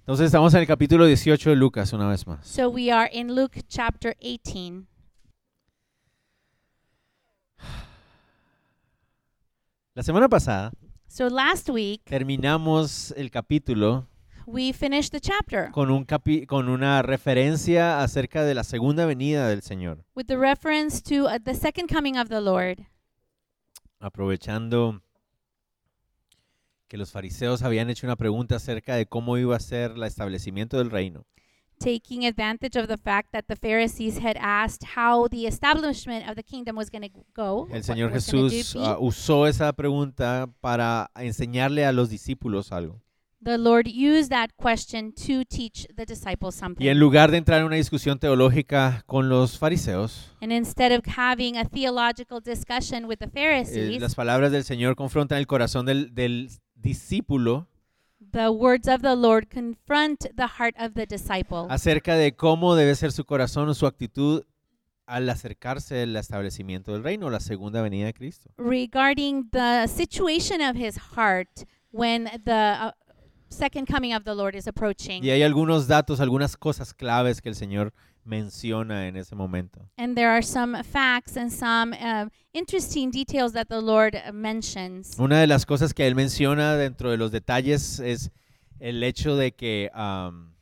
Entonces estamos en el capítulo 18 de Lucas una vez más. So we are in Luke chapter 18. La semana pasada So last week, terminamos el capítulo we finished the chapter con, un capi- con una referencia acerca de la segunda venida del Señor, with the reference to uh, the second coming of the Lord, aprovechando que los fariseos habían hecho una pregunta acerca de cómo iba a ser el establecimiento del reino. taking advantage of the fact that the Pharisees had asked how the establishment of the kingdom was going to go. El what Señor was gonna do Jesús be. ah, usó esa pregunta para enseñarle a los discípulos algo. the Lord used that question to teach the disciples something. Y en lugar de entrar en una discusión teológica con los fariseos, and instead of having a theological discussion with the eh, Pharisees, las palabras del Señor confrontan el corazón del, del discípulo the words of the Lord confront the heart of the disciple. acerca de cómo debe ser su corazón o su actitud al acercarse al establecimiento del reino, la segunda venida de Cristo. regarding the situation of his heart when the uh, second coming of the Lord is approaching. Y hay algunos datos, algunas cosas claves que el Señor menciona en ese momento. And there are some facts and some uh, interesting details that the Lord uh, mentions. Una de las cosas que él menciona dentro de los detalles es el hecho de que am,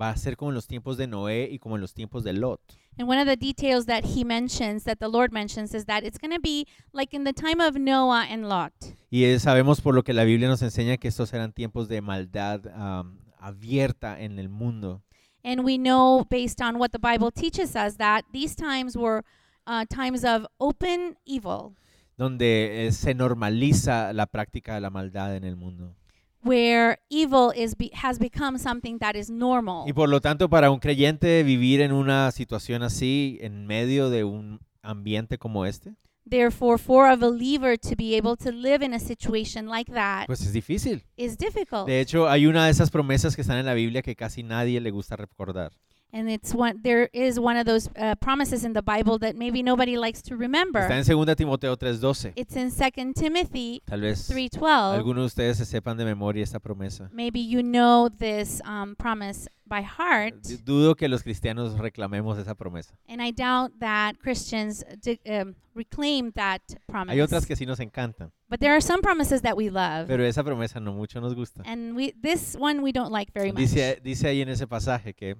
va a ser como en los tiempos de Noé y como en los tiempos de Lot. And one of the details that he mentions, that the Lord mentions, is that it's going to be like in the time of Noah and Lot. Y eh, sabemos por lo que la Biblia nos enseña que estos eran tiempos de maldad am, abierta en el mundo. And we know based on what the Bible teaches us that these times were uh, times of open evil, donde eh, se normaliza la práctica de la maldad en el mundo. where evil is be- has become something that is normal. Y por lo tanto, para un creyente vivir en una situación así, en medio de un ambiente como este, Therefore, for a believer to be able to live in a situation like that pues es difícil. is difficult. De hecho, hay una de esas promesas que están en la Biblia que casi nadie le gusta recordar. And it's one there is one of those uh, promises in the Bible that maybe nobody likes to Está remember. en 2 Timoteo 3:12. It's in 2 Timothy Tal vez 3:12. algunos de ustedes se sepan de memoria esta promesa. Maybe you know this um, promise by heart, D- Dudo que los cristianos reclamemos esa promesa. and I doubt that Christians di- um, reclaim that Hay otras promise. que sí nos encantan, But there are some promises that we love, pero esa promesa no mucho nos gusta. and we this one we don't like very much. Dice, dice ahí en ese pasaje que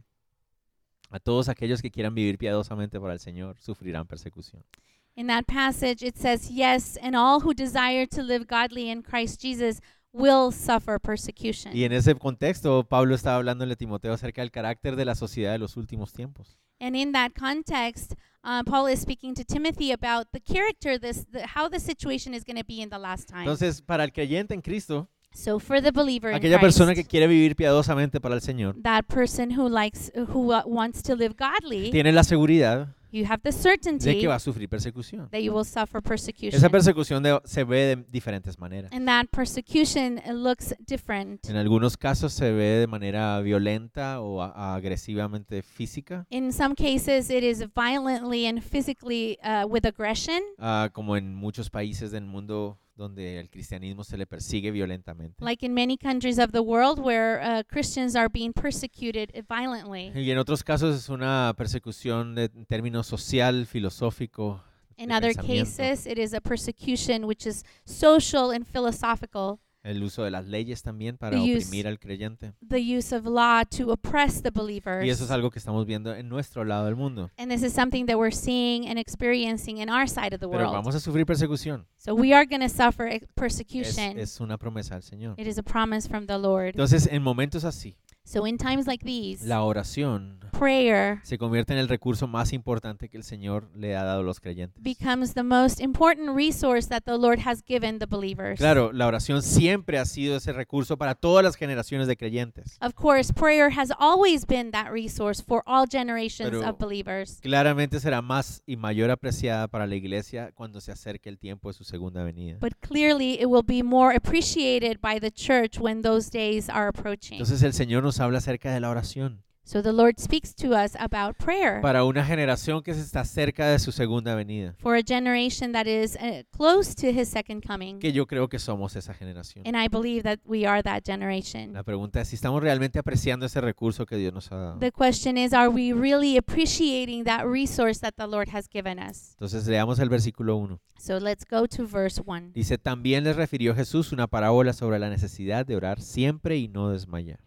a todos aquellos que quieran vivir piadosamente para el Señor sufrirán persecución. Eh. In that passage, it says, Yes, and all who desire to live godly in Christ Jesus will suffer persecution. Y en ese contexto, Pablo estaba hablándole a Timoteo acerca del carácter de la sociedad de los últimos tiempos. And in that context, uh, Paul is speaking to Timothy about the character, this, the, how the situation is going to be in the last time. Entonces, para el creyente en Cristo, so for the believer in aquella persona que Christ, quiere vivir piadosamente para el Señor, that person who likes, who uh, wants to live godly, tiene la seguridad you have the de certainty que va a sufrir persecución. that you will suffer persecution. Esa persecución de- se ve de diferentes maneras. and that persecution uh, looks different. En algunos casos se ve de manera violenta o a- agresivamente física. In some cases, it is violently and physically uh, with aggression. Ah, como en muchos países del mundo donde el cristianismo se le persigue violentamente. like in many countries of the world where uh, Christians are being persecuted violently. Y en otros casos es una persecución de- en términos social, filosófico. In de other pensamiento. cases, it is a persecution which is social and philosophical, El uso de las leyes también para The oprimir use al creyente. the use of law to oppress the believers. Y eso es algo que estamos viendo en nuestro lado del mundo. and this is something that we're seeing and experiencing in our side of the Pero world. vamos a sufrir persecución. so we are going to suffer ex- Es, persecution. es una promesa del Señor. it is a promise from the Lord. Entonces, en momentos así, So in times like these, la oración prayer se convierte en el recurso más importante que el Señor le ha dado a los creyentes. becomes the most important resource that the Lord has given the believers. Claro, la oración siempre ha sido ese recurso para todas las generaciones de creyentes. Of course, prayer has always been that resource for all generations Pero- of believers. Claramente será más y mayor apreciada para la iglesia cuando se acerque el tiempo de su segunda venida. But clearly, it will be more appreciated by the church when those days are approaching. Entonces el Señor nos habla acerca de la oración. So the Lord speaks to us about prayer para una generación que se está cerca de su segunda venida, for a generation that is uh, close to his second coming. que yo creo que somos esa generación. And I believe that we are that generation. La pregunta es si estamos realmente apreciando ese recurso que Dios nos ha dado. The question is are we really appreciating that resource that the Lord has given us? Entonces leamos el versículo 1. So let's go to verse 1. Dice, también les refirió Jesús una parábola sobre la necesidad de orar siempre y no desmayar.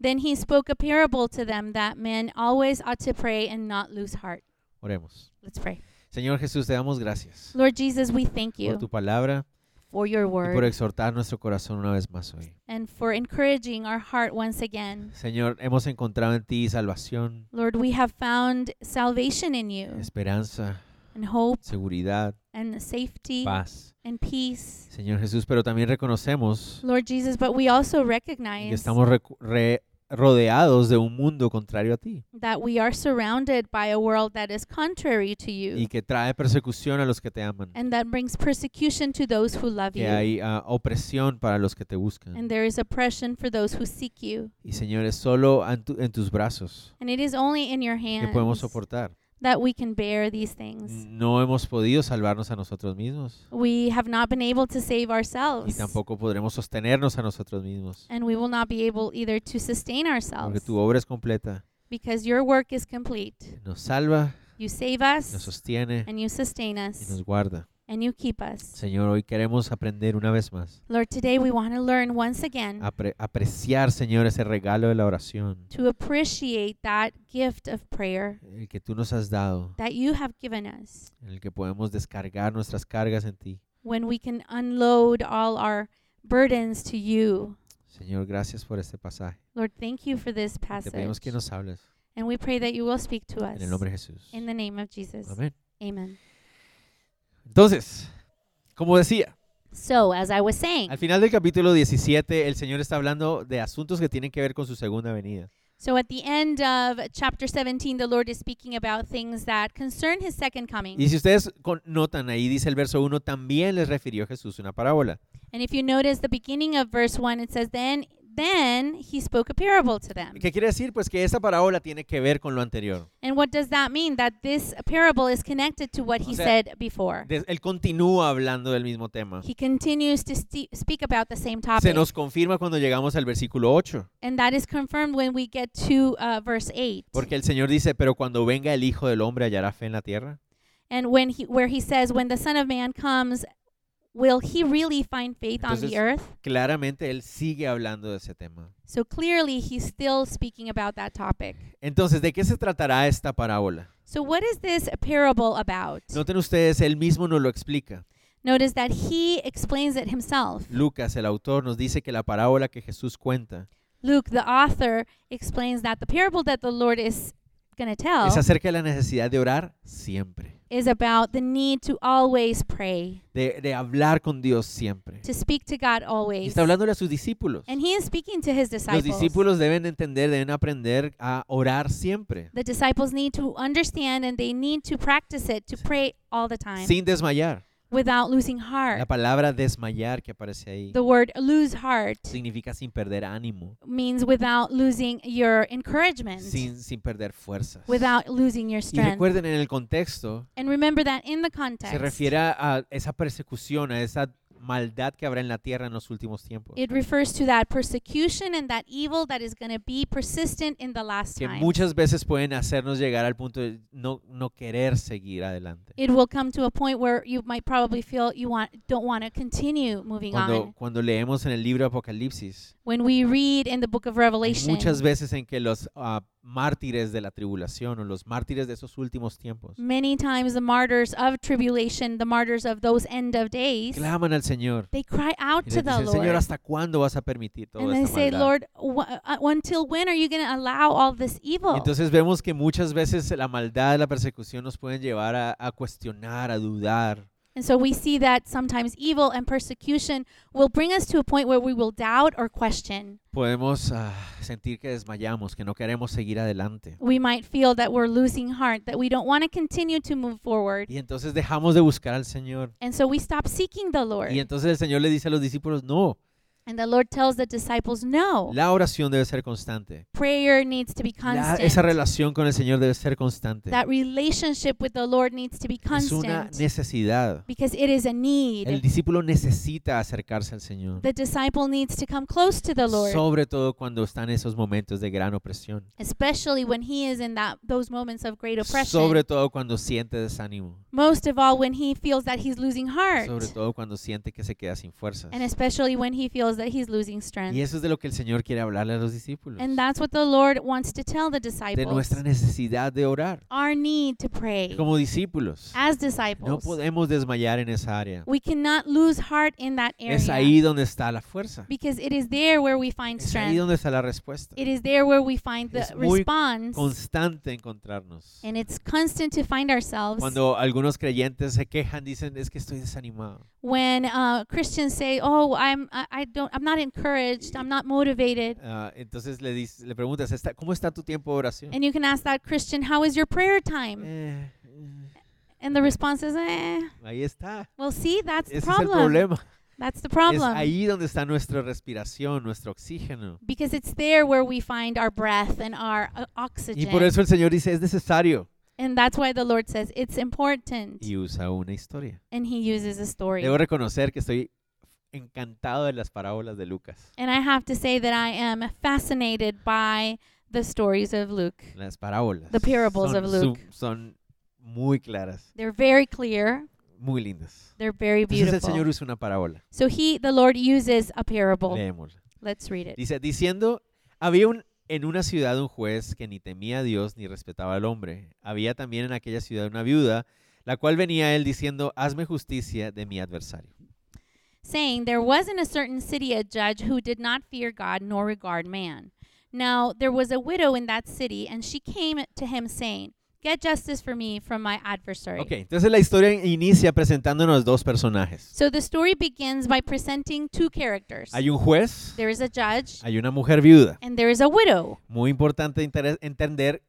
Then he spoke a parable to them that men always ought to pray and not lose heart. Oremos. Let's pray. Señor Jesús, te damos gracias Lord Jesus, we thank por you tu palabra for your y por word exhortar nuestro corazón una vez más hoy. and for encouraging our heart once again. Señor, hemos encontrado en ti salvación, Lord, we have found salvation in you esperanza, and hope seguridad, and safety paz. and peace. Señor Jesús, pero también reconocemos Lord Jesus, but we also que recognize estamos recu- re- rodeados de un mundo contrario a ti that we are surrounded by a world that is contrary to y you que trae persecución a los que te aman, and that brings persecution to those who love que you. hay ah, opresión para los que te buscan. And there is oppression for those who seek you. Y Señor, es solo en, tu- en tus brazos And it is only in your que hands podemos Mm. soportar. that we can bear these things. No hemos podido salvarnos a nosotros mismos We have not been able to save y ourselves. tampoco podremos sostenernos a nosotros mismos. And we will not be able either to sustain Porque ourselves tu obra es completa. because your work is complete. Nos salva, You save nos us sostiene and you sustain y us nos guarda. and you keep us. Señor, hoy queremos aprender una vez más. Lord, today we want to learn once again apre- apreciar, Señor, ese regalo de la oración to appreciate that gift of prayer el que tú nos has dado, that you have given us en el que podemos descargar nuestras cargas en ti. when we can unload all our burdens to you. Señor, gracias por este pasaje. Lord, thank you for this Te passage. pedimos que nos hables And we pray that you will speak to us. en el nombre de Jesús. In the name of Jesus. Amén. Amen. Entonces, como decía, So, as I was saying, al final del capítulo 17, el Señor está hablando de asuntos que tienen que ver con su segunda venida. so at the end of chapter 17, the Lord is speaking about things that concern his second coming. Y si ustedes con- notan, ahí dice el verso 1, también les refirió Jesús una parábola. And if you notice the beginning of verse 1, it says, Then then he spoke a parable to them. ¿Qué quiere decir? Pues que esta parábola tiene que ver con lo anterior. And what does that mean? That this parable is connected to what O he sea, said before. Des- Él continúa hablando del mismo tema. He continues to sti- speak about the same uh, Se topic. nos confirma cuando llegamos al versículo 8, And that is confirmed when we get to uh, verse 8. porque el Señor dice, pero cuando venga el Hijo del Hombre hallará fe en la tierra. And when he, where he says, When the Son of Man comes, will he really find faith on Entonces- the earth? Claramente Él sigue hablando de ese tema. So clearly, he's still speaking about that topic. Entonces, ¿de qué se tratará esta parábola? So, what is this parable about? Noten ustedes, Él mismo nos lo explica. Notice that he explains it himself. Lucas, el autor, nos dice que la parábola que Jesús cuenta Luke, the author, explains that the parable that the Lord is going to tell es acerca de la necesidad de orar siempre, is about the need to always pray, de, de hablar con Dios siempre. to speak to God Y always. está hablándole a sus discípulos. And he is speaking to his Los disciples. discípulos deben entender, deben aprender a orar siempre, The disciples need to understand and they need to practice it to pray all the time sin desmayar. without losing La heart. palabra desmayar que aparece ahí The word lose heart significa sin perder ánimo, means without losing your encouragement, sin, sin perder fuerzas. without losing your Y strength. recuerden, en el contexto And remember that in the se context, refiere a esa persecución, a esa maldad que habrá en la tierra en los últimos tiempos. it refers to that persecution and that evil that is going to be persistent in the last Que time. muchas veces pueden hacernos llegar al punto de no, no querer seguir adelante. It will come to a point where you might probably feel you want don't want to continue moving Cuando, on. cuando leemos en el libro Apocalipsis, When we read in the book of hay Revelation, muchas veces en que los ah, mártires de la tribulación o los mártires de esos últimos tiempos Many times the martyrs of tribulation, the martyrs of those end of days, claman al Señor they cry out y to le the dicen, Señor, Lord. ¿hasta cuándo vas a permitir And toda they esta say, maldad?" Lord, wh- uh, until when are you going to allow all this Y evil? Entonces vemos que muchas veces la maldad, la persecución nos pueden llevar a, a cuestionar, a dudar, And so we see that sometimes evil and persecution will bring us to a point where we will doubt or question. podemos ah, sentir que desmayamos, que no queremos seguir adelante. We might feel that we're losing heart, that we don't want to continue to move forward. Y entonces dejamos de buscar al Señor. And so we stop seeking the Lord. Y entonces el Señor le dice a los discípulos, no, And the Lord tells the disciples, no. La oración debe ser constante. Prayer needs to be La- esa constant. relación con el Señor debe ser constante. That relationship with the Lord needs to be Es una constant necesidad. because it is a El need. discípulo necesita acercarse al Señor. The disciple needs to come close to the Lord, Sobre todo cuando están esos momentos de gran opresión. especially when he is in that those moments of great oppression. Sobre todo cuando siente desánimo. Most of all when he feels that he's losing heart. Sobre todo cuando siente que se queda sin fuerzas. And especially when he feels that he's losing Y strength. eso es de lo que el Señor quiere hablarle a los discípulos. And that's what the Lord wants to tell the De disciples. nuestra necesidad de orar. Our need to pray Como discípulos. as No disciples. podemos desmayar en esa área. We cannot lose heart in that Es area ahí donde está la fuerza. because it is there where we find Es ahí strength. donde está la respuesta. It is there where we find the Es muy response, Constante encontrarnos. and it's constant to find ourselves. Cuando algunos creyentes se quejan, dicen, es que estoy desanimado. When uh, Christians say, "Oh, I'm, I, I don't, I'm not encouraged, I'm not motivated," Ah, entonces le, dices- le preguntas, "¿Está- ¿cómo está tu tiempo de oración? and you can ask that Christian, "How is your prayer time?" Eh, eh, And the response is, "Eh, ahí está. well, see, that's the Ese es el problem. problema. That's the Es problem." ahí donde está nuestra respiración, nuestro oxígeno. Because it's there where we find our breath and our uh, Y oxygen. por eso el Señor dice, es necesario. And that's why the Lord says it's important. Y usa una historia. And He uses a story. Debo reconocer que estoy encantado de las parábolas de Lucas. And I have to say that I am fascinated by the stories of Luke. Las parábolas. The parables son, of su- Luke. son muy claras, They're very clear. muy lindas. They're very Entonces el Señor beautiful. usa una parábola. So he, the Lord, uses a parable. Leémosla. Let's read it. Dice, diciendo, había un, en una ciudad un juez que ni temía a Dios ni respetaba al hombre. Había también en aquella ciudad una viuda, la cual venía a él diciendo, hazme justicia de mi adversario. Saying, There was in a certain city a judge who did not fear God nor regard man. Now there was a widow in that city, and she came to him, saying, Get justice for me from my adversary. Ok, entonces la historia inicia presentándonos dos personajes. So the story begins by presenting two characters. Hay un juez, There is a judge hay una mujer viuda. and there is a widow. Muy importante interes- entender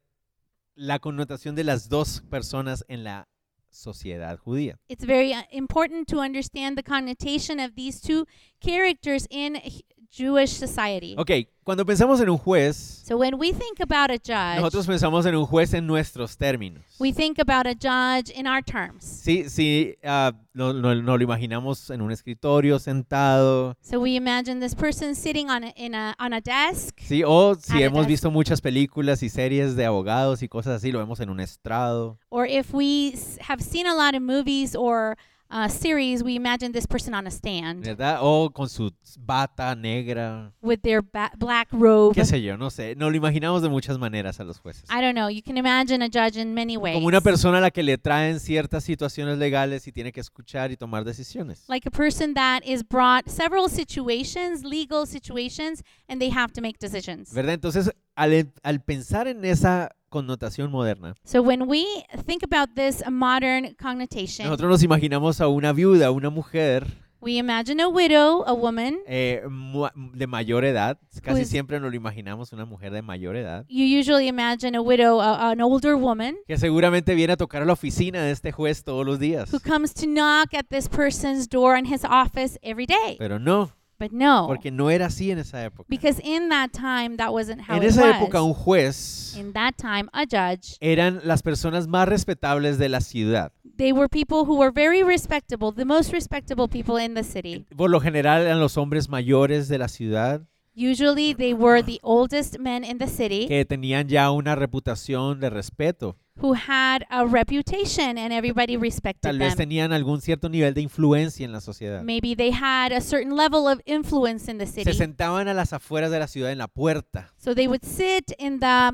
la connotación de las dos personas en la sociedad judía. It's very uh, important to understand the connotation of these two characters in h- Jewish society. Ok, cuando pensamos en un juez, So when we think about a judge, nosotros pensamos en un juez en nuestros términos. we think about a judge in our terms. Sí, sí, ah, no, no- no lo imaginamos en un escritorio sentado, So we imagine this person sitting on a, in a on a desk. sí, o si Ah, detrás. hemos visto muchas películas y series de abogados y cosas así, lo vemos en un estrado, Or if we s- have seen a lot of movies or uh, series, we imagine this person on a stand ¿verdad? O con su bata negra, with their ba- black robe. qué sé yo, no sé, no lo imaginamos de muchas maneras a los jueces. I don't know. You can imagine a judge in many ways. Como una persona a la que le traen ciertas situaciones legales y tiene que escuchar y tomar decisiones. like a person that is brought several situations, legal situations, and they have to make decisions. ¿Verdad? Entonces, al, en- al pensar en esa connotación moderna, So when we think about this modern connotation, nosotros nos imaginamos a una viuda, una mujer we imagine a widow, a woman. eh, mu- de mayor edad. Casi Pues- siempre nos lo imaginamos una mujer de mayor edad. You usually imagine a widow, a, an older woman, Que seguramente viene a tocar a la oficina de este juez todos los días. who comes to knock at this person's door in his office every day. Pero no, But no, Eh, porque no era así en esa época. because in that time, that wasn't how En it esa was. época un juez in that time, a judge, eran las personas más respetables de la ciudad. they were people who were very respectable, the most respectable people in the city. Por lo general eran los hombres mayores de la ciudad Usually, they were the oldest men in the city que tenían ya una reputación de respeto. who had a reputation and everybody Tal respected vez them. tenían algún cierto nivel de influencia en la sociedad. Maybe they had a certain level of influence in the Se city. sentaban a las afueras de la ciudad en la puerta. So they would sit in the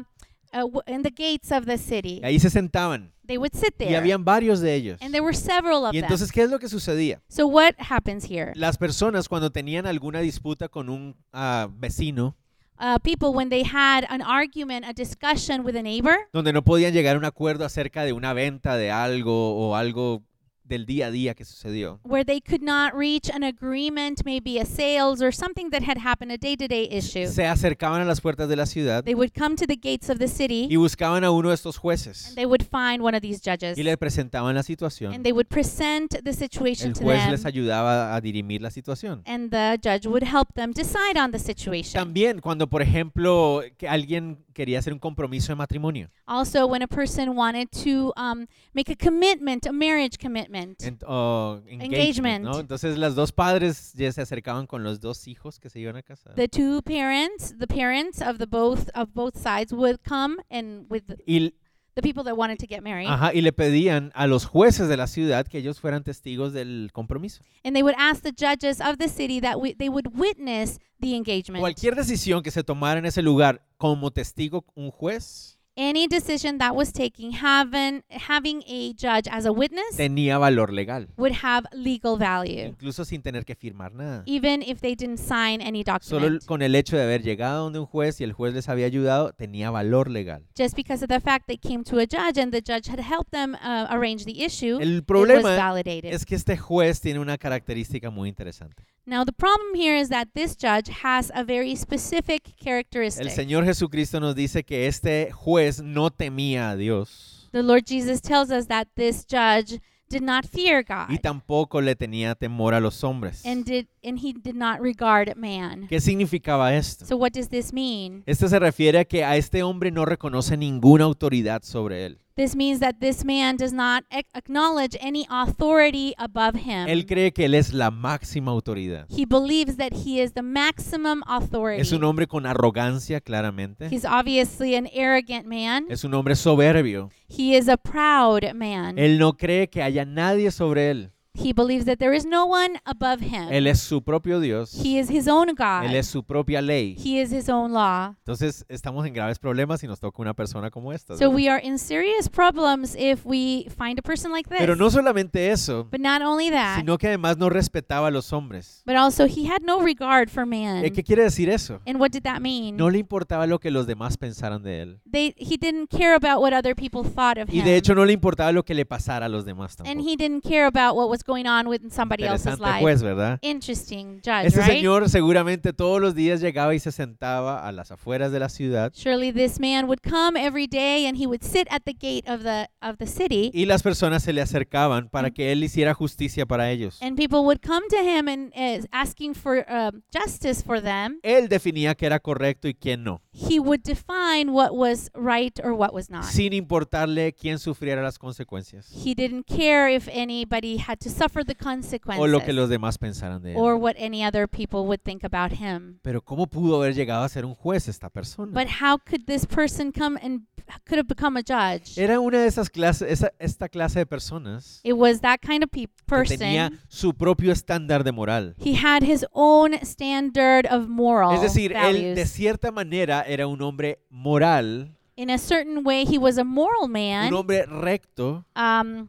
uh, w- in the gates of the city. Y ahí se sentaban. They would sit Y there. habían varios de ellos. And there were several of Y them. entonces, ¿qué es lo que sucedía? So what happens here? Las personas cuando tenían alguna disputa con un ah, vecino, Uh, people, when they had an argument, a discussion with a neighbor, donde no podían llegar a un acuerdo acerca de una venta de algo o algo del día a día que sucedió. where they could not reach an agreement, maybe a sales or something that had happened, a day to day issue. Se acercaban a las puertas de la ciudad They would come to the gates of the y city buscaban a uno de estos jueces and they would find one of these judges y le presentaban la situación. and they would present the situation El to juez them les ayudaba a dirimir la situación. and the judge would help them decide on the situation. También cuando, por ejemplo, que alguien quería hacer un compromiso de matrimonio. Also, when a person wanted to um, make a commitment, a marriage commitment, Ent- o engagement, ¿no? Engagement. Entonces las dos padres ya se acercaban con los dos hijos que se iban a casar. the two parents, the parents of the both of both sides would come and with the- Y, the people that wanted to get married. ajá, y le pedían a los jueces de la ciudad que ellos fueran testigos del compromiso. and they would ask the judges of the city that we, they would witness the engagement. Cualquier decisión que se tomara en ese lugar como testigo un juez Any decision that was taken, having having a judge as a witness tenía valor legal, would have legal value, incluso sin tener que firmar nada. even if they didn't sign any Solo el- document. con el hecho de haber llegado donde un juez y el juez les había ayudado, tenía valor legal. Just because of the fact they came to a judge and the judge had helped them uh, arrange the issue, El it was problema validated. es que este juez tiene una característica muy interesante. now the problem here is that this judge has a very specific El characteristic. Señor Jesucristo nos dice que este juez no temía a Dios the Lord Jesus tells us that this judge did not fear God y tampoco le tenía temor a los hombres. and did and he did not regard man. ¿Qué significaba esto? So what does this mean? Esto se refiere a que a este hombre no reconoce ninguna autoridad sobre él. This means that this man does not ac- acknowledge any authority above him. Él cree que él es la máxima autoridad. he believes that he is the maximum authority. Es un hombre con arrogancia, claramente. He's obviously an arrogant man. Es un hombre soberbio. He is a proud man. Él no cree que haya nadie sobre él. he believes that there is no one above him. Él es su propio Dios. he is his own God. Él es su propia ley. he is his own law. Entonces estamos en graves problemas si nos toca una persona como esta. So ¿no? we are in serious problems if we find a person like this. Pero no solamente eso, but not only that, sino que además no respetaba a los hombres. but also he had no regard for man. Eh, ¿Qué quiere decir eso? and what did that mean? No le importaba lo que los demás pensaran de él. they he didn't care about what other people thought of Y him. de hecho no le importaba lo que le pasara a los demás and tampoco. he didn't care about what was going on within somebody else's Interesante life. juez, ¿verdad? Interesting judge, Este right? señor seguramente todos los días llegaba y se sentaba a las afueras de la ciudad Surely this man would come every day and he would sit at the gate of the of the city y las personas se le acercaban para And- que él hiciera justicia para ellos. and people would come to him and uh, asking for um justice for them. Él definía qué era correcto y quién no, He would define what was right or what was not. sin importarle quién sufriera las consecuencias He didn't care if anybody had to suffer the o consequences lo que los demás pensaran de él. or what any other people would think about him. Pero ¿cómo pudo haber llegado a ser un juez esta persona? But how could this person come and could have become a judge? Era una de esas clases, esa- esta clase de personas It was that kind of pe- que tenía person. su propio estándar de moral. He had his own standard of moral Es decir, él de values. cierta manera era un hombre moral, In a certain way, he was a moral un man, hombre recto, um,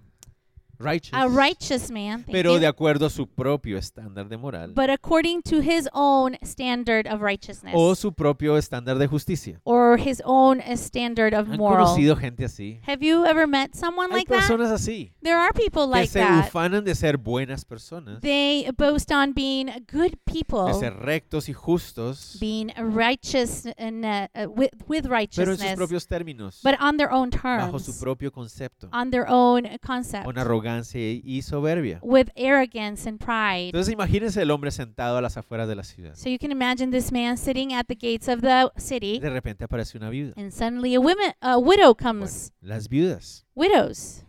righteous, a righteous man, thank pero you, de acuerdo a su propio estándar de moral but according to his own standard of o righteousness su propio estándar de justicia. or his own uh, standard of ¿Han moral. conocido gente así? Have you ever met someone Hay like that? personas así There are people que like se that. ufanan de ser buenas personas, They boast on being good de people, ser rectos y justos, being righteous and uh, uh, with, with pero en sus righteousness, propios términos, but on their own bajo su terms, propio concepto. on their own concept, con arrogancia y- y soberbia. with arrogance and pride. Entonces imagínense el hombre sentado a las afueras de la ciudad. So you can imagine this man sitting at the gates of the city, De repente aparece una viuda. and suddenly a woman, a widow Bueno, comes. las viudas. Widows.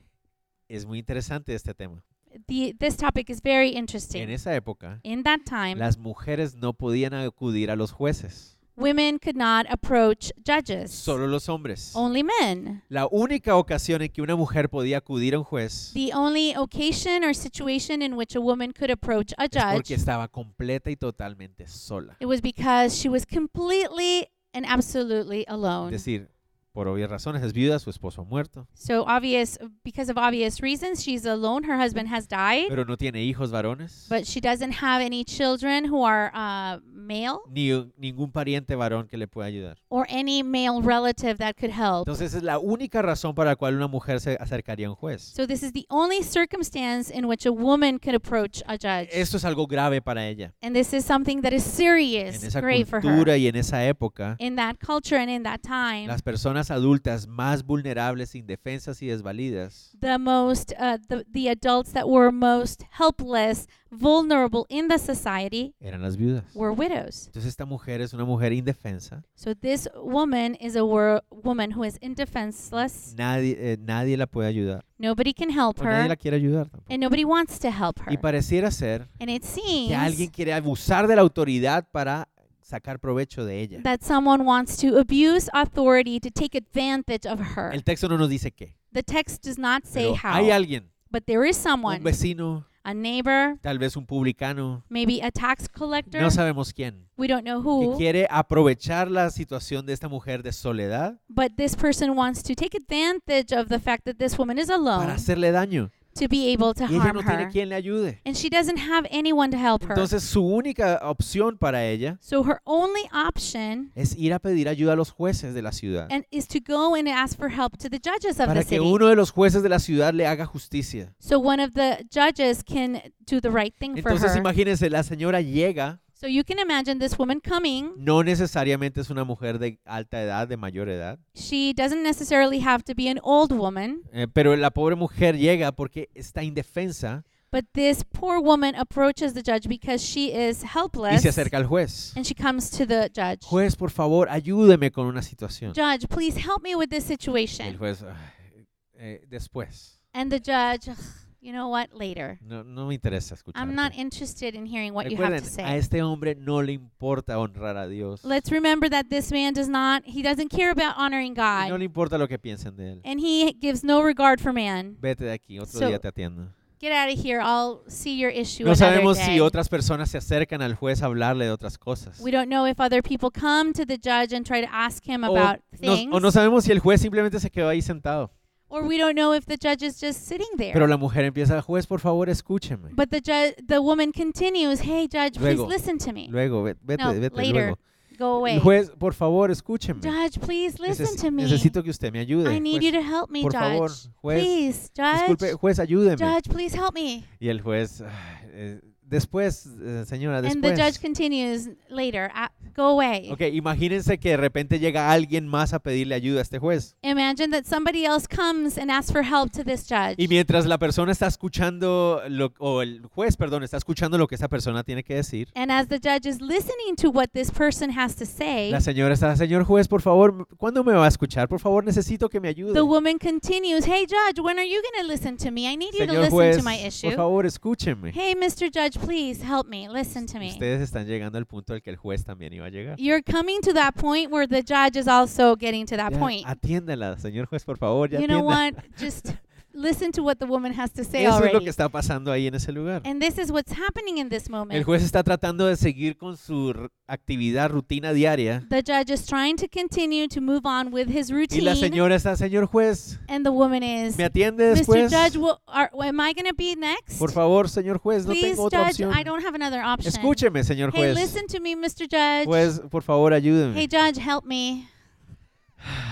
Es muy interesante este tema. The this topic is very En interesting. esa época, In that time, las mujeres no podían acudir a los jueces, women could not approach judges, solo los hombres. only men. La única ocasión en que una mujer podía acudir a un juez The only occasion or situation in which a woman could approach a es judge, porque estaba completa y totalmente sola. it was because she was completely and absolutely Es alone. decir, por obvias razones, es viuda, su esposo ha muerto, So obvious, because of obvious reasons, she's alone. Her husband has died, pero no tiene hijos varones, but she doesn't have any children who are uh, male ni ningún pariente varón que le pueda ayudar. or any male relative that could help. Entonces es la única razón para la cual una mujer se acercaría a un juez. So this is the only circumstance in which a woman could approach a judge, Esto es algo grave para ella. and this is something that is En serious, esa grave for her. cultura y en esa época, In that culture and in that time, las personas adultas más vulnerables, indefensas y desvalidas the most uh, the, the adults that were most helpless vulnerable in the society eran las viudas. were widows Entonces esta mujer es una mujer indefensa. so this woman is a wor- woman who is indefenseless Nadie, eh, nadie la puede ayudar. nobody can help O nadie her la quiere ayudar tampoco. and nobody wants to help her Y pareciera ser and it que alguien seems quiere abusar de la autoridad para sacar provecho de ella. that someone wants to abuse authority to take advantage of her El texto no nos dice qué. the text does not say pero hay how alguien, but there is un someone vecino, a neighbor tal vez un publicano, maybe a tax collector no sabemos quién, we don't know que who quiere aprovechar la situación de esta mujer de soledad But this person wants to take advantage of the fact that this woman is alone para hacerle daño. to be able Oh. to Y ella harm no tiene her. quien le ayude. And she doesn't have anyone to help her. Entonces su única opción para ella so her only option es ir a pedir ayuda a los jueces de la ciudad. and is to go and ask for help to the judges of Para the city. que uno de los jueces de la ciudad le haga justicia. so one of the judges can do the right thing Mm, for Entonces her. imagínense, la señora llega, so you can imagine this woman coming. no necesariamente es una mujer de alta edad, de mayor edad, She doesn't necessarily have to be an old woman, eh, pero la pobre mujer llega porque está indefensa but this poor woman approaches the judge because she is y helpless se acerca al juez. Pues, and she comes to the judge. Juez, por favor, ayúdeme con una situación. Judge, please help me with this situation. El juez, "Ay, eh, después. And the judge, "Ugh, you know what, later. No, no me interesa escuchar. I'm not interested in hearing what you have Recuerden, to a say. este hombre no le importa honrar a Dios. Let's remember that this man does not, he doesn't care about honoring Y no God. le importa lo que piensen de él. And he gives no regard for man. Vete de aquí, otro So, día te atiendo. Get out of here. I'll see your issue No another sabemos si day. otras personas se acercan al juez a hablarle de otras cosas. We don't know if other people come to the judge and try to ask him O about no- things. o no sabemos si el juez simplemente se quedó ahí sentado. or we don't know if the judge is just sitting there. Pero la mujer empieza, juez, por favor, escúcheme. but the judge, the woman continues, hey, judge, please Luego. listen to me. Luego, ve- vete, No, vete, later. luego. Go away. El juez, por favor, escúcheme. Judge, please listen Necesi- to me. Necesito que usted me ayude. I need juez. you to help me, por judge. favor, juez, please, judge. Disculpe, juez, ayúdeme. Judge, please help me. Y el juez, "Ah, eh, después, eh, señora, And the judge después. continues later, "Ah, go away. Ok, imagínense que de repente llega alguien más a pedirle ayuda a este juez. Imagine that somebody else comes and asks for help to this judge. Y mientras la persona está escuchando, lo, o el juez, perdón, está escuchando lo que esa persona tiene que decir, And as the judge is listening to what this person has to say, la señora está, señor juez, por favor, ¿cuándo me va a escuchar? Por favor, necesito que me ayude. the woman continues, Hey, judge, when are you going to listen to me? I need you to Señor listen juez, to my por issue. favor, escúcheme. Hey, Mr. Judge, please help me. Listen to me. Ustedes están llegando al punto al que el juez también iba a llegar. You're coming to that point where the judge is also getting to that Ya, point. Atiéndala, señor juez, por favor, ya You know atienda. what? Just listen to what the woman has to say Eso es lo already. que está pasando ahí en ese lugar. And this is what's happening in this El moment. juez está tratando de seguir con su r- actividad, rutina diaria. The judge is trying to continue to move on with his Y la routine. señora está, señor juez, And the woman is, ¿me atiende Mr. después? Judge, will, are, am I going to be next? Por favor, señor juez, no Please, tengo otra Judge, opción. I don't have another option. Escúcheme, señor hey, juez. listen to me, Mr. Judge. Juez, por favor, ayúdeme. hey, Judge, help me.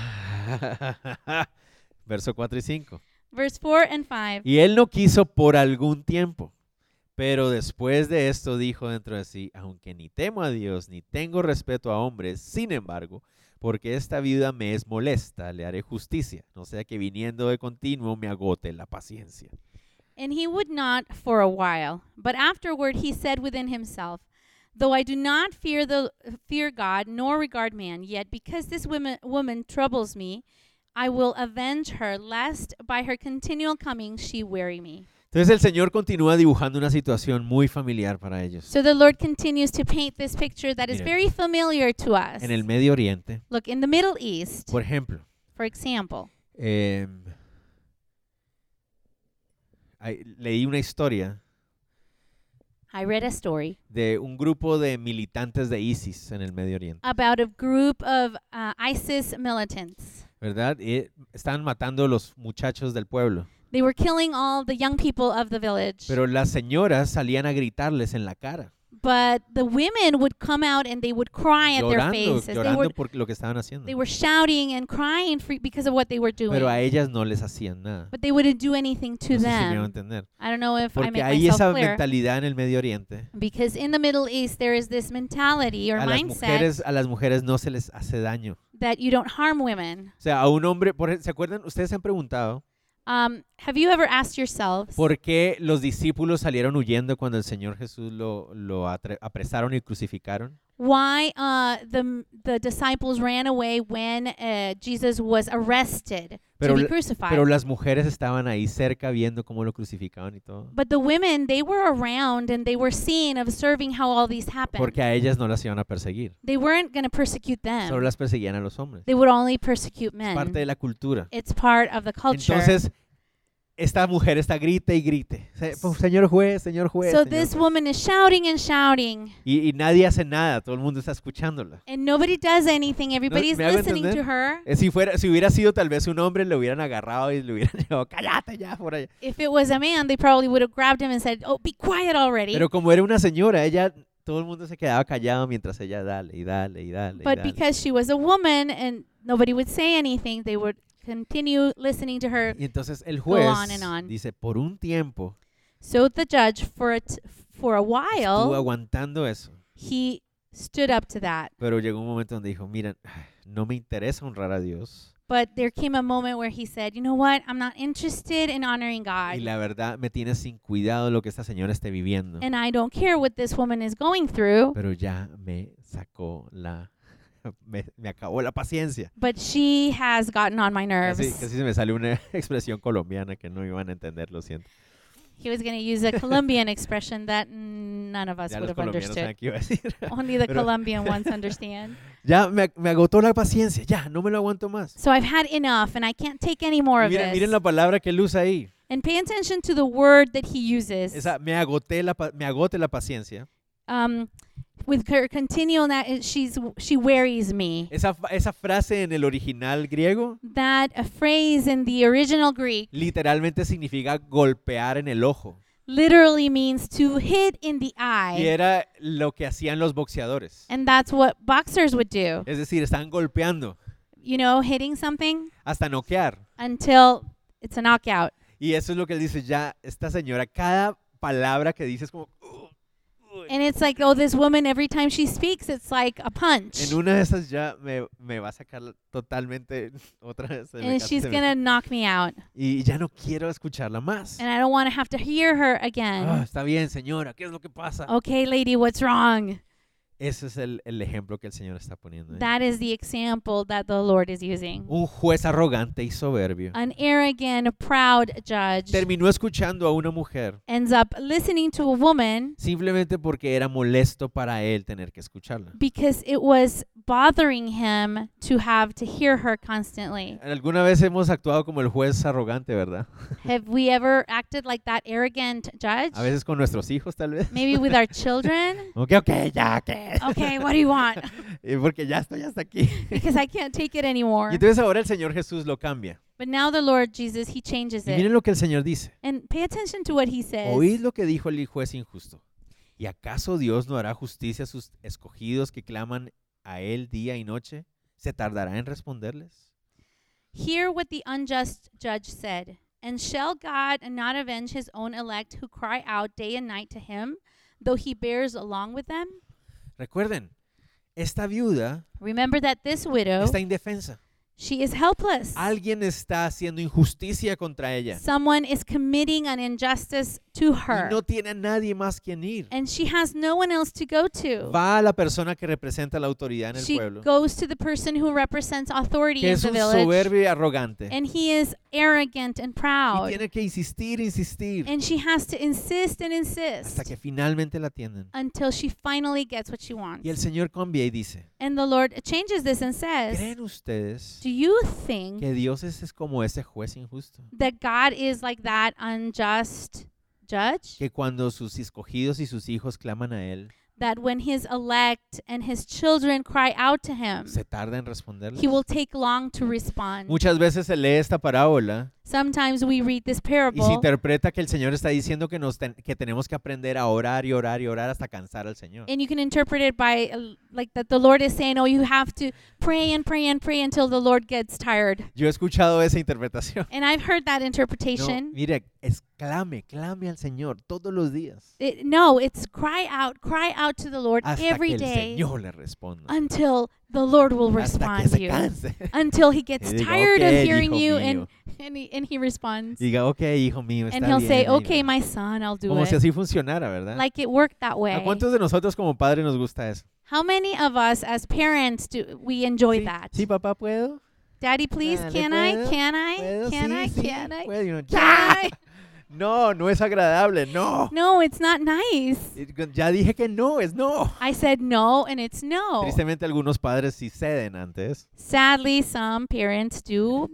Verso 4 y 5. Verse 4 and 5. Y él no quiso por algún tiempo. Pero después de esto dijo dentro de sí, aunque ni temo a Dios, ni tengo respeto a hombres, sin embargo, porque esta viuda me es molesta, le haré justicia, no sea que viniendo de continuo me agote la paciencia. And he would not for a while, but afterward he said within himself, Though I do not fear the fear God nor regard man, yet because this woman, woman troubles me, I will avenge her, lest by her continual coming she weary me. Entonces el Señor continúa dibujando una situación muy familiar para ellos. So the Lord continues to paint this picture that is Miren. very familiar to us. En el Medio Oriente, Look, in the Middle East, por ejemplo, for example, Em, ahí leí una historia I read a story de un grupo de militantes de ISIS en el Medio Oriente, about a group of uh, ISIS militants. ¿verdad? Y están matando a los muchachos del pueblo. They were killing all the young people of the village. Pero las señoras salían a gritarles en la cara, but the women would come out and they would cry at their llorando, faces. They llorando were por lo que estaban haciendo. they were shouting and crying for, because of what they were doing. Pero a ellas no les hacían nada. but they wouldn't do anything to No sé si me van a them. entender. I don't know if I Porque make hay myself esa clear. mentalidad en el Medio Oriente. Because in the Middle East, there is this mentality or A las, mindset mujeres, a las mujeres no se les hace daño. that you don't harm women. O sea, a un hombre, por ej- ¿se acuerdan? Ustedes se han preguntado Um, have you ever asked yourselves por qué los discípulos salieron huyendo cuando el Señor Jesús lo, lo atre- apresaron y crucificaron. why uh, the the disciples ran away when uh, Jesus was arrested Pero to be la- crucified? Pero las mujeres estaban ahí cerca viendo cómo lo crucificaban y todo. but the women, they were around and they were seeing, observing how all these happened. Porque a ellas no las iban a perseguir. they weren't going to persecute them. Solo las perseguían a los hombres. they would only persecute men. Parte de la cultura. it's part of the culture. Entonces, esta mujer está grite y grite. Se- pues, Señor juez, señor juez. so señor this juez". woman is shouting and shouting. Y, y nadie hace nada, todo el mundo está escuchándola. And nobody does anything. Everybody's me hago listening to entender? her. Eh, Si, fuera, si hubiera sido tal vez un hombre, le hubieran agarrado y le hubieran llevado, cállate ya, por allá. If it was a man, they probably would have grabbed him and said, "Oh, be quiet already." Pero como era una señora, ella, todo el mundo se quedaba callado mientras ella dale y dale y dale. y but dale. because she was a woman and nobody would say anything, they would continue listening to her. Y entonces el juez on and on. dice, por un tiempo So the judge, for a t- for a estuvo while, aguantando eso. he stood up to that. Pero llegó un momento donde dijo, miren, no me interesa honrar a Dios. But there came a moment where he said, "You know what? I'm not interested in honoring God, Y la verdad me tiene sin cuidado lo que esta señora esté viviendo. and I don't care what this woman is going through." Pero ya me sacó la... Me, me acabó la paciencia. But she has gotten on my nerves. Casi, casi se me sale una expresión colombiana que no iban a entender, lo siento. He was going to use a Colombian expression that none of us Ya would los have colombianos understood. saben qué iba a decir. Only the Pero- Colombian ones understand. Ya me, me agotó la paciencia, ya, no me lo aguanto más. So I've had enough and I can't take any more of Miren, this. miren la palabra que él usa ahí. and pay attention to the word that he uses. Esa, me agoté la, pa- me agote la paciencia. um, with her continual, na- uh, she's she wearies me. Esa, fa- esa frase en el original griego That a phrase in the original Greek literalmente significa golpear en el ojo. literally means to hit in the eye, Y era lo que hacían los boxeadores. and that's what boxers would do. Es decir, están golpeando You know, hitting something hasta noquear. until it's a knockout. Y eso es lo que él dice, ya, esta señora, cada palabra que dice es como... "Ugh, ugh". And it's like, oh, this woman every time she speaks, it's like a punch, En una de esas ya me, me va a sacar totalmente otra vez. se me and ca- she's se me- gonna knock me out. Y ya no quiero escucharla más. and I don't want to have to hear her Ah, again. está bien, señora, ¿qué es lo que pasa? okay, lady, what's wrong? Ese es el, el ejemplo que el Señor está poniendo. ahí. That is the example that the Lord is using. Un juez arrogante y soberbio An arrogant, proud judge terminó escuchando a una mujer ends up listening to a woman simplemente porque era molesto para él tener que escucharla. because it was bothering him to have to hear her constantly. Alguna vez hemos actuado como el juez arrogante, ¿verdad? Have we ever acted like that arrogant judge? A veces con nuestros hijos, tal vez. Maybe with our children? Ok, ok, ya, ¿qué? Okay, what do you want? Eh, Porque ya estoy hasta aquí. Because I can't take it anymore. Y entonces ahora el Señor Jesús lo cambia. But now the Lord Jesus, he changes Y it. miren lo que el Señor dice. And pay attention to what he says. Oíd lo que dijo el juez injusto. ¿Y acaso Dios no hará justicia a sus escogidos que claman a Él día y noche? ¿Se tardará en responderles? Hear what the unjust judge said. And shall God not avenge his own elect who cry out day and night to him, though he bears along with them? Recuerden, esta viuda Remember that this widow, está indefensa. she is helpless. Alguien está haciendo injusticia contra ella. Someone is committing an injustice to Y her. no tiene a nadie más quien ir. and she has no one else to go to. Va a la persona que representa la autoridad en el She pueblo, goes to the person who represents authority que in es the un village. soberbio y arrogante. And he is arrogant and Y proud. tiene que insistir, insistir, And she has to insist and insist hasta que finalmente la atienden. until she finally gets what she wants. Y el Señor cambia y dice, And the Lord changes this and says, ¿creen ustedes Do you think que Dios es, es como ese juez injusto, that God is like that unjust judge? que cuando sus escogidos y sus hijos claman a Él, that when his elect and his children cry out to him, se tarda en responderles. Um, he will take long to respond. Muchas veces se lee esta parábola Sometimes we read this y se parable interpreta que el Señor está diciendo que, nos ten- que tenemos que aprender a orar y orar y orar hasta cansar al Señor. and you can interpret it by uh, like that the Lord is saying, "Oh, you have to pray and pray and pray until the Lord gets tired." Yo he escuchado esa interpretación. And I've heard that No, interpretation. mire, exclame, clame al Señor todos los días It- no, it's cry out, cry out to the Lord hasta que every el day Señor le responda, until the Lord will hasta que respond to se you. canse. Until he Y gets diga, tired "Ok, of hearing hijo you mío. and and he, and he responds. Diga, ok, hijo mío, está and he'll bien. say, ahí va". "Okay, my son, I'll do Como it." si así funcionara, ¿verdad? Like it worked that way. ¿A cuántos de nosotros como padres nos gusta eso? How many of us as parents do we enjoy sí, that? sí, papá, ¿puedo? Daddy, please, Dale, can I? puedo, Can I? ¿Puedo? Can sí, I? sí, Can I? puedo". Y uno, Can I? "Ya". No, no es agradable, no. No, it's not nice. Y cu- Ya dije que no, es no. I said no, and it's no. Tristemente algunos padres sí ceden antes Sadly, some parents do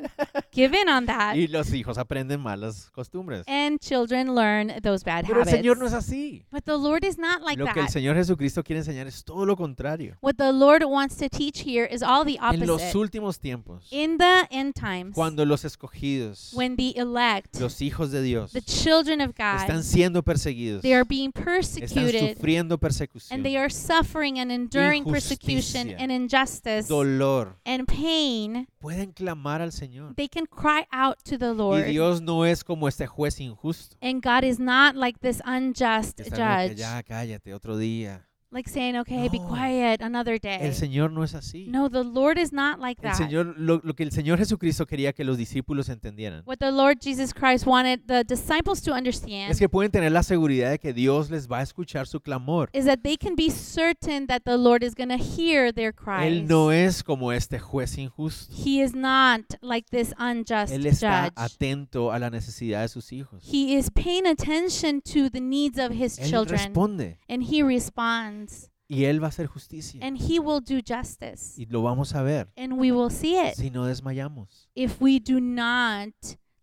give in on that, y los hijos aprenden malas costumbres. and children learn those bad Pero el habits. Señor no es así. But the Lord is not like lo que el that. Señor Jesucristo quiere enseñar es todo lo contrario. What the Lord wants to teach here is all the En los opposite. últimos tiempos, Ah, pues, eh, In the end times, cuando los escogidos, when the elect, los hijos de Dios, the children of están God, siendo perseguidos, they are being están persecuted sufriendo and they persecución, are suffering and enduring persecution Injusticia. and injustice dolor, and pain, pueden clamar al Señor. they can cry out to the Y Lord. Dios no es como este juez injusto. And God is not like this que unjust está como que, judge, ya, cállate, otro día. like saying, okay, be No. quiet another day. El Señor no es Eh. así. No, the Lord is not like El that. Señor, lo, lo que el Señor Jesucristo quería que los discípulos entendieran What the Lord Jesus Christ wanted the disciples to es understand que pueden tener la seguridad de que Dios les va a escuchar su clamor. is that they can be certain that the Lord is going to hear their cries. Él no es como este juez injusto. He is not like this unjust Él está judge. atento a la necesidad de sus hijos. He is paying attention to the needs of his Él children responde and he responds y él va a hacer justicia. and he will do justice Y lo vamos a ver and we will see it si no desmayamos. if we do not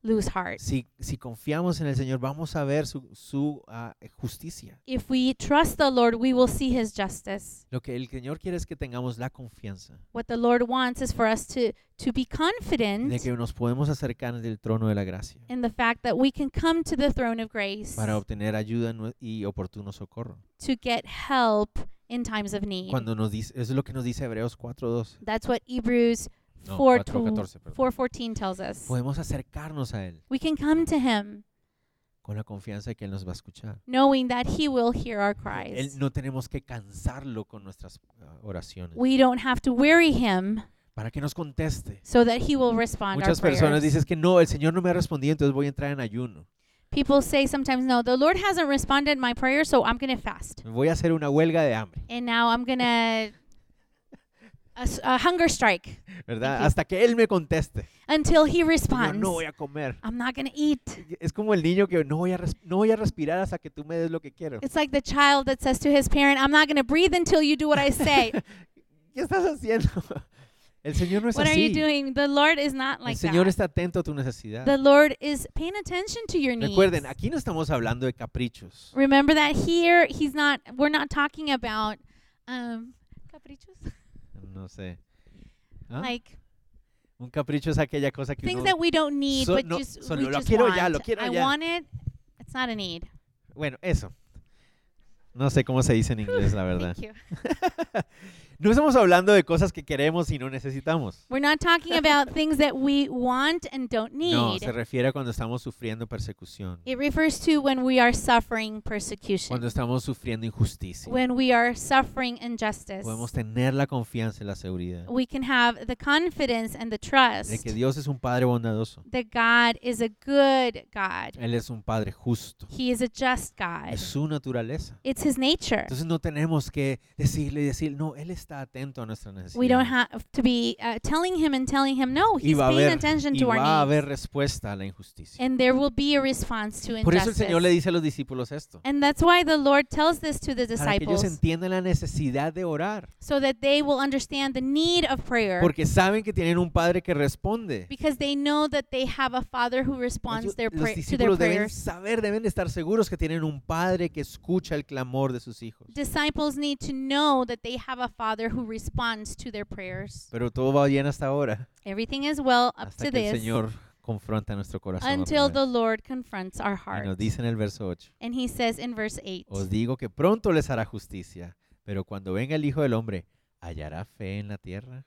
lose heart. Si, si confiamos en el Señor, vamos a ver su, su, ah, justicia. If we trust the Lord, we will see his justice. Lo que el Señor quiere es que tengamos la confianza What the Lord wants is for us to, to be de confident que nos podemos acercar del trono de la gracia in the fact that we can come to the throne of grace para obtener ayuda nue- y oportuno socorro. to get help in times of need. Cuando nos dice, eso es lo que nos dice Hebreos 4.12. That's what Hebrews No, 4 4:14, perdón. 4:14 tells us. Podemos acercarnos a Él We can come to him con la confianza de que Él nos va a escuchar. knowing that he will hear our Él, cries. no tenemos que cansarlo con nuestras ah, oraciones We don't have to worry him para que nos conteste. so that he will respond Mm. Muchas our personas prayers. dicen que no, el Señor no me ha respondido, entonces voy a entrar en ayuno. People say sometimes, no, the Lord hasn't responded my prayer, so I'm going to fast. Voy a hacer una huelga de hambre, And now I'm going to a, s- a hunger strike ¿verdad? Ujú. Hasta que Él me conteste. until he Yo responds. no voy a comer. I'm not going to eat. Es como el niño que no voy, a res- no voy a respirar hasta que tú me des lo que quiero. It's like the child that says to his parent, I'm not going to breathe until you do what I say. ¿Qué estás haciendo? El Señor no es what are you así. doing? The Lord is not El like Señor that. está atento a tu necesidad. The Lord is paying attention to your needs. Recuerden, aquí no estamos hablando de caprichos. Remember that here he's not we're not talking about um caprichos No sé. ¿Ah? like Un capricho es aquella cosa que things uno... that we don't need So- but no, just solo we lo just quiero want. ya, lo quiero I ya. want it. It's not a need. Bueno, eso. No sé cómo se dice en inglés, la verdad. Thank you. No estamos hablando de cosas que queremos y no necesitamos. We're not talking about things that we want and don't need. No, se refiere a cuando estamos sufriendo persecución, it refers to when we are suffering persecution. cuando estamos sufriendo injusticia. when we are suffering injustice. Podemos tener la confianza y la seguridad we can have the confidence and the de trust que Dios es un Padre bondadoso. that God is a good God. Él es un Padre justo. He is a just God. Es su naturaleza. It's his nature. Entonces no tenemos que decirle y decir, no, Él es está atento a nuestra necesidad. We don't have to be uh, telling him and telling him, no, y he's va a paying haber, attention y to va a our haber needs. respuesta a la injusticia. And there will be a response to Por eso el injustice. Señor le dice a los discípulos esto. And that's why the Lord tells this to the Para que ellos disciples entiendan la necesidad de orar. so that they will understand the need of prayer Porque saben que tienen un Padre que responde. because they know that they have a Father who responds Ellos- their los pray- to their discípulos deben prayers. saber, deben estar seguros que tienen un Padre que escucha el clamor de sus hijos. Disciples need to know that they have a Father who responds to their prayers. Pero todo va bien hasta ahora. Everything is well up Hasta to que el this Señor confronta nuestro corazón. otra until vez. the Lord confronts our Y nos heart. dice en el verso 8, And he says in verse 8, os digo que pronto les hará justicia, pero cuando venga el Hijo del Hombre, ¿hallará fe en la tierra?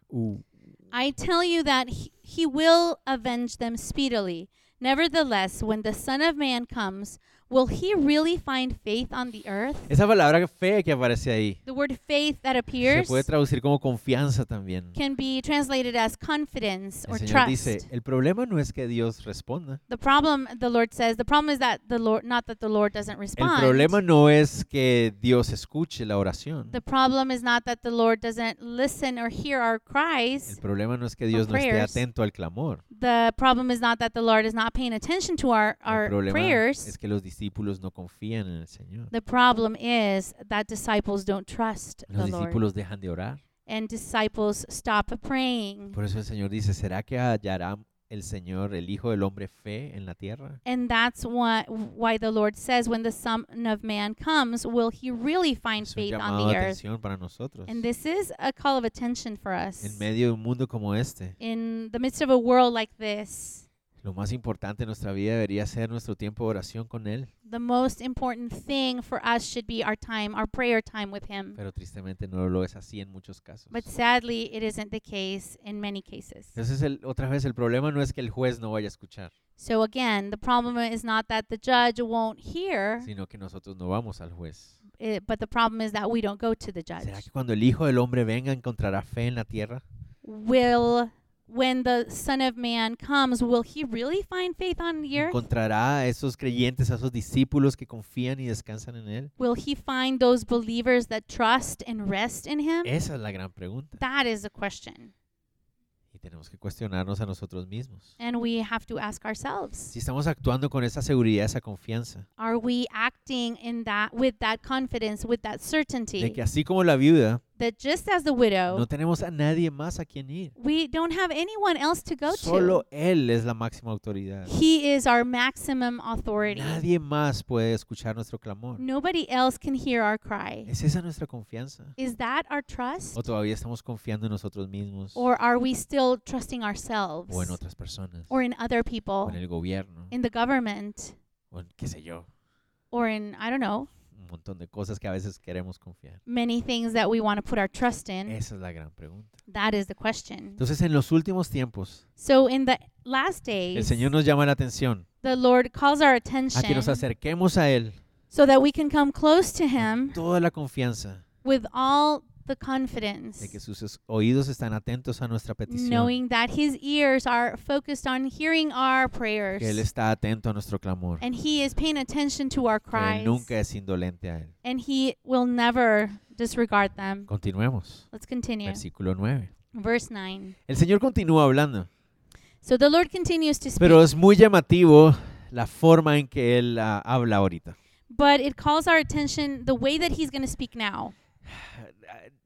I tell you that he, he will avenge them speedily. Nevertheless, when the Son of Man comes, will he really find faith on the earth? Esa palabra fe que aparece ahí The word faith that se appears puede traducir como confianza también. can be translated as confidence El or Señor trust. dice, el problema no es que Dios responda. the problem, the Lord says, the problem is that the Lord, not that the Lord doesn't El respond. problema no es que Dios escuche la oración. the problem is not that the Lord doesn't listen or hear our El cries. problema no es que Dios no esté prayers. atento al clamor. The problem is not that the Lord is not paying attention to our, El our problema prayers. es que los discípulos no confían en el Señor. The problem is that disciples don't trust the Los Lord, discípulos dejan de orar. and disciples stop praying. Por eso el Señor dice, ¿será que hallará el Señor, el Hijo del Hombre, fe en la tierra? And that's what, why the Lord says, when the Son of Man comes, will he really find Es un faith llamado on de the earth? atención para nosotros. And this is a call of attention for us. En medio de un mundo como este, In the midst of a world like this, lo más importante en nuestra vida debería ser nuestro tiempo de oración con Él. the most important thing for us should be our time, our prayer time with him. Pero tristemente no lo es así en muchos casos. Mm. But sadly, it isn't the case in many cases. Entonces, el- otra vez, el problema no es que el juez no vaya a escuchar, So again, the problem is not that the judge won't hear. sino que nosotros no vamos al juez. Uh, but the problem is that we don't go to the judge. ¿Será que cuando el Hijo del Hombre venga encontrará fe en la tierra? Will when the Son of Man comes, will he really find faith on the earth? ¿Encontrará a esos creyentes, a esos discípulos que confían y descansan en Él? Will he find those believers that trust and rest in him? Esa es la gran pregunta. That is the question. Y tenemos que cuestionarnos a nosotros mismos. And we have to ask ourselves. Si estamos actuando con esa seguridad, esa confianza, Are we acting in that with that confidence, with that de que certainty así como la viuda, that just as the widow, no tenemos a nadie más a quien ir. we don't have anyone else to go Solo Él es la máxima autoridad. to. He is our maximum authority. Nadie más puede escuchar nuestro clamor. Nobody else can hear our cry. ¿Es esa nuestra confianza? Is that our trust? ¿O todavía estamos confiando en nosotros mismos? Or are we still trusting ourselves? ¿O en otras personas? or in other ¿O people? en el gobierno? In the government? ¿O en qué sé yo? Or in, I don't know, Un montón de cosas que a veces queremos confiar. many things that we want to put our trust in? Esa es la gran pregunta. That is the question. Entonces, en los últimos tiempos, So in the last el days, Señor nos llama la atención the Lord calls our a que attention nos acerquemos a Él so that we can come close to con Him toda la confianza with all the de que confidence, sus es- oídos están atentos a nuestra petición, knowing that His ears are focused on hearing our prayers que Él está atento a nuestro clamor, que and He is paying attention to our Él cries. nunca es indolente a Él. and he will never disregard them. Continuemos. Let's continue. Versículo 9. Verse 9. El Señor continúa hablando, So the Lord continues to speak, pero es muy llamativo la forma en que Él ah, habla ahorita. but it calls our attention the way that he's going to speak now.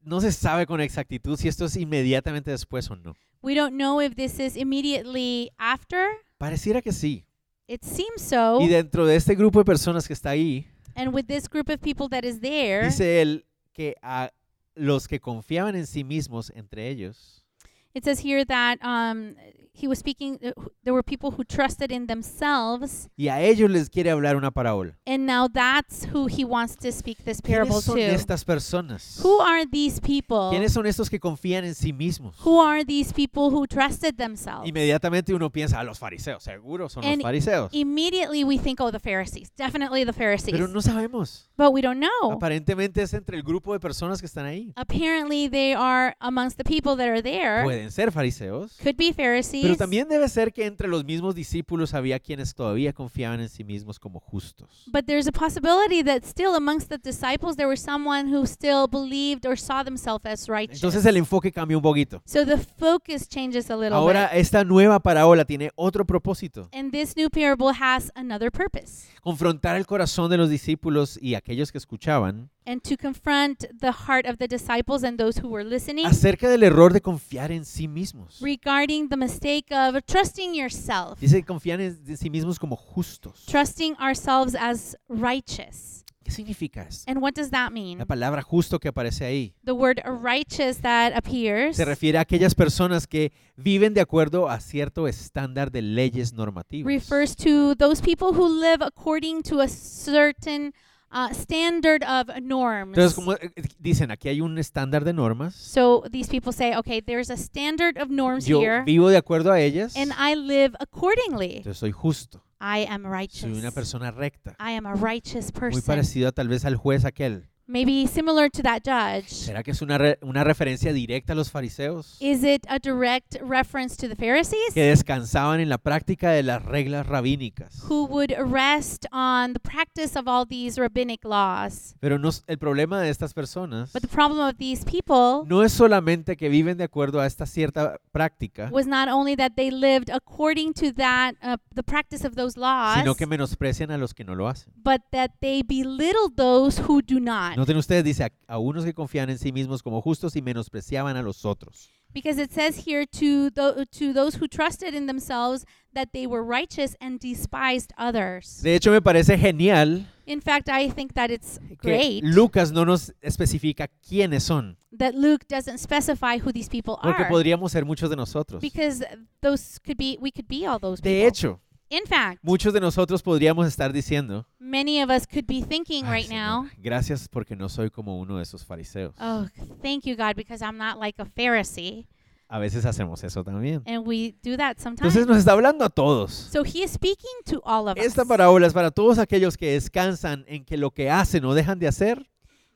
No se sabe con exactitud si esto es inmediatamente después o no. We don't know if this is immediately after. Pareciera que sí. It seems Y so. dentro de este grupo de personas que está ahí, And with this group of people that is there, dice él que a los que confiaban en sí mismos entre ellos, it says here that um, he was speaking, uh, wh- there were people who trusted in themselves. y a ellos les quiere hablar una parábola. And now that's who he wants to speak this parable ¿Quiénes son to. estas personas? Who are these people? ¿Quiénes son estos que confían en sí mismos? Who are these people who trusted themselves? Inmediatamente uno piensa, a los fariseos, seguro son los And- fariseos. immediately we think, oh, the Pharisees, definitely the Pharisees. Pero no sabemos. but we don't know. Aparentemente es entre el grupo de personas que están ahí. Apparently, they are amongst the people that are there. Pueden ser fariseos, Could be Pharisees, Pero these también debe ser que entre los mismos discípulos había quienes todavía confiaban en sí mismos como justos. But there's a possibility that still amongst the disciples there was someone who still believed or saw themselves as righteous. Entonces el enfoque cambia un poquito. so the focus changes a little Ahora bit. esta nueva parábola tiene otro propósito, And this new parable has another purpose confrontar el corazón de los discípulos y aquellos que escuchaban and to confront the heart of the disciples and those who were listening acerca del error de confiar en sí mismos. regarding the mistake of trusting yourself, Dice que confían en en sí mismos como justos. trusting ourselves as righteous. ¿Qué significa esto? And what does that mean? La palabra justo que aparece ahí The word righteous that appears se refiere a aquellas personas que viven de acuerdo a cierto estándar de leyes normativas. refers to those people who live according to a certain uh, standard of norms. Entonces, como eh, dicen, aquí hay un estándar de normas. so these people say, okay, there's a standard of norms Yo here, vivo de acuerdo a ellas. and I live accordingly. Entonces soy justo. I am Soy una righteous. persona recta. I am a righteous Muy person. parecido a, tal vez al juez aquel. Maybe similar to that judge. ¿Será que es una, re- una referencia directa a los fariseos? Is it a direct reference to the Que Pharisees descansaban en la práctica de las reglas rabínicas. who would rest on the practice of all these rabbinic laws? Pero no, s- el problema de estas personas But the problem of these people no es solamente que viven de acuerdo a esta cierta práctica, was not only that they lived according to that uh, the practice of those laws, sino que menosprecian a los que no lo hacen. but that they belittled those who do not. Noten ustedes, dice, a, a unos que confían en sí mismos como justos y menospreciaban a los otros. Because it says here to tho- to those who trusted in themselves that they were righteous and despised others. De hecho, me parece genial In fact, I think that it's que great Lucas no nos especifica quiénes son, that Luke doesn't specify who these people porque are. podríamos ser muchos de nosotros. Because those could be we could be all those De people. hecho, In fact, muchos de nosotros podríamos estar diciendo, many of us could be thinking "Ay, right Señor, now, gracias porque no soy como uno de esos fariseos. "Oh, thank you God because I'm not like a Pharisee." A veces hacemos eso también. And we do that sometimes. Entonces nos está hablando a todos. so he is speaking to all of Esta us. parábola es para todos aquellos que descansan en que lo que hacen o dejan de hacer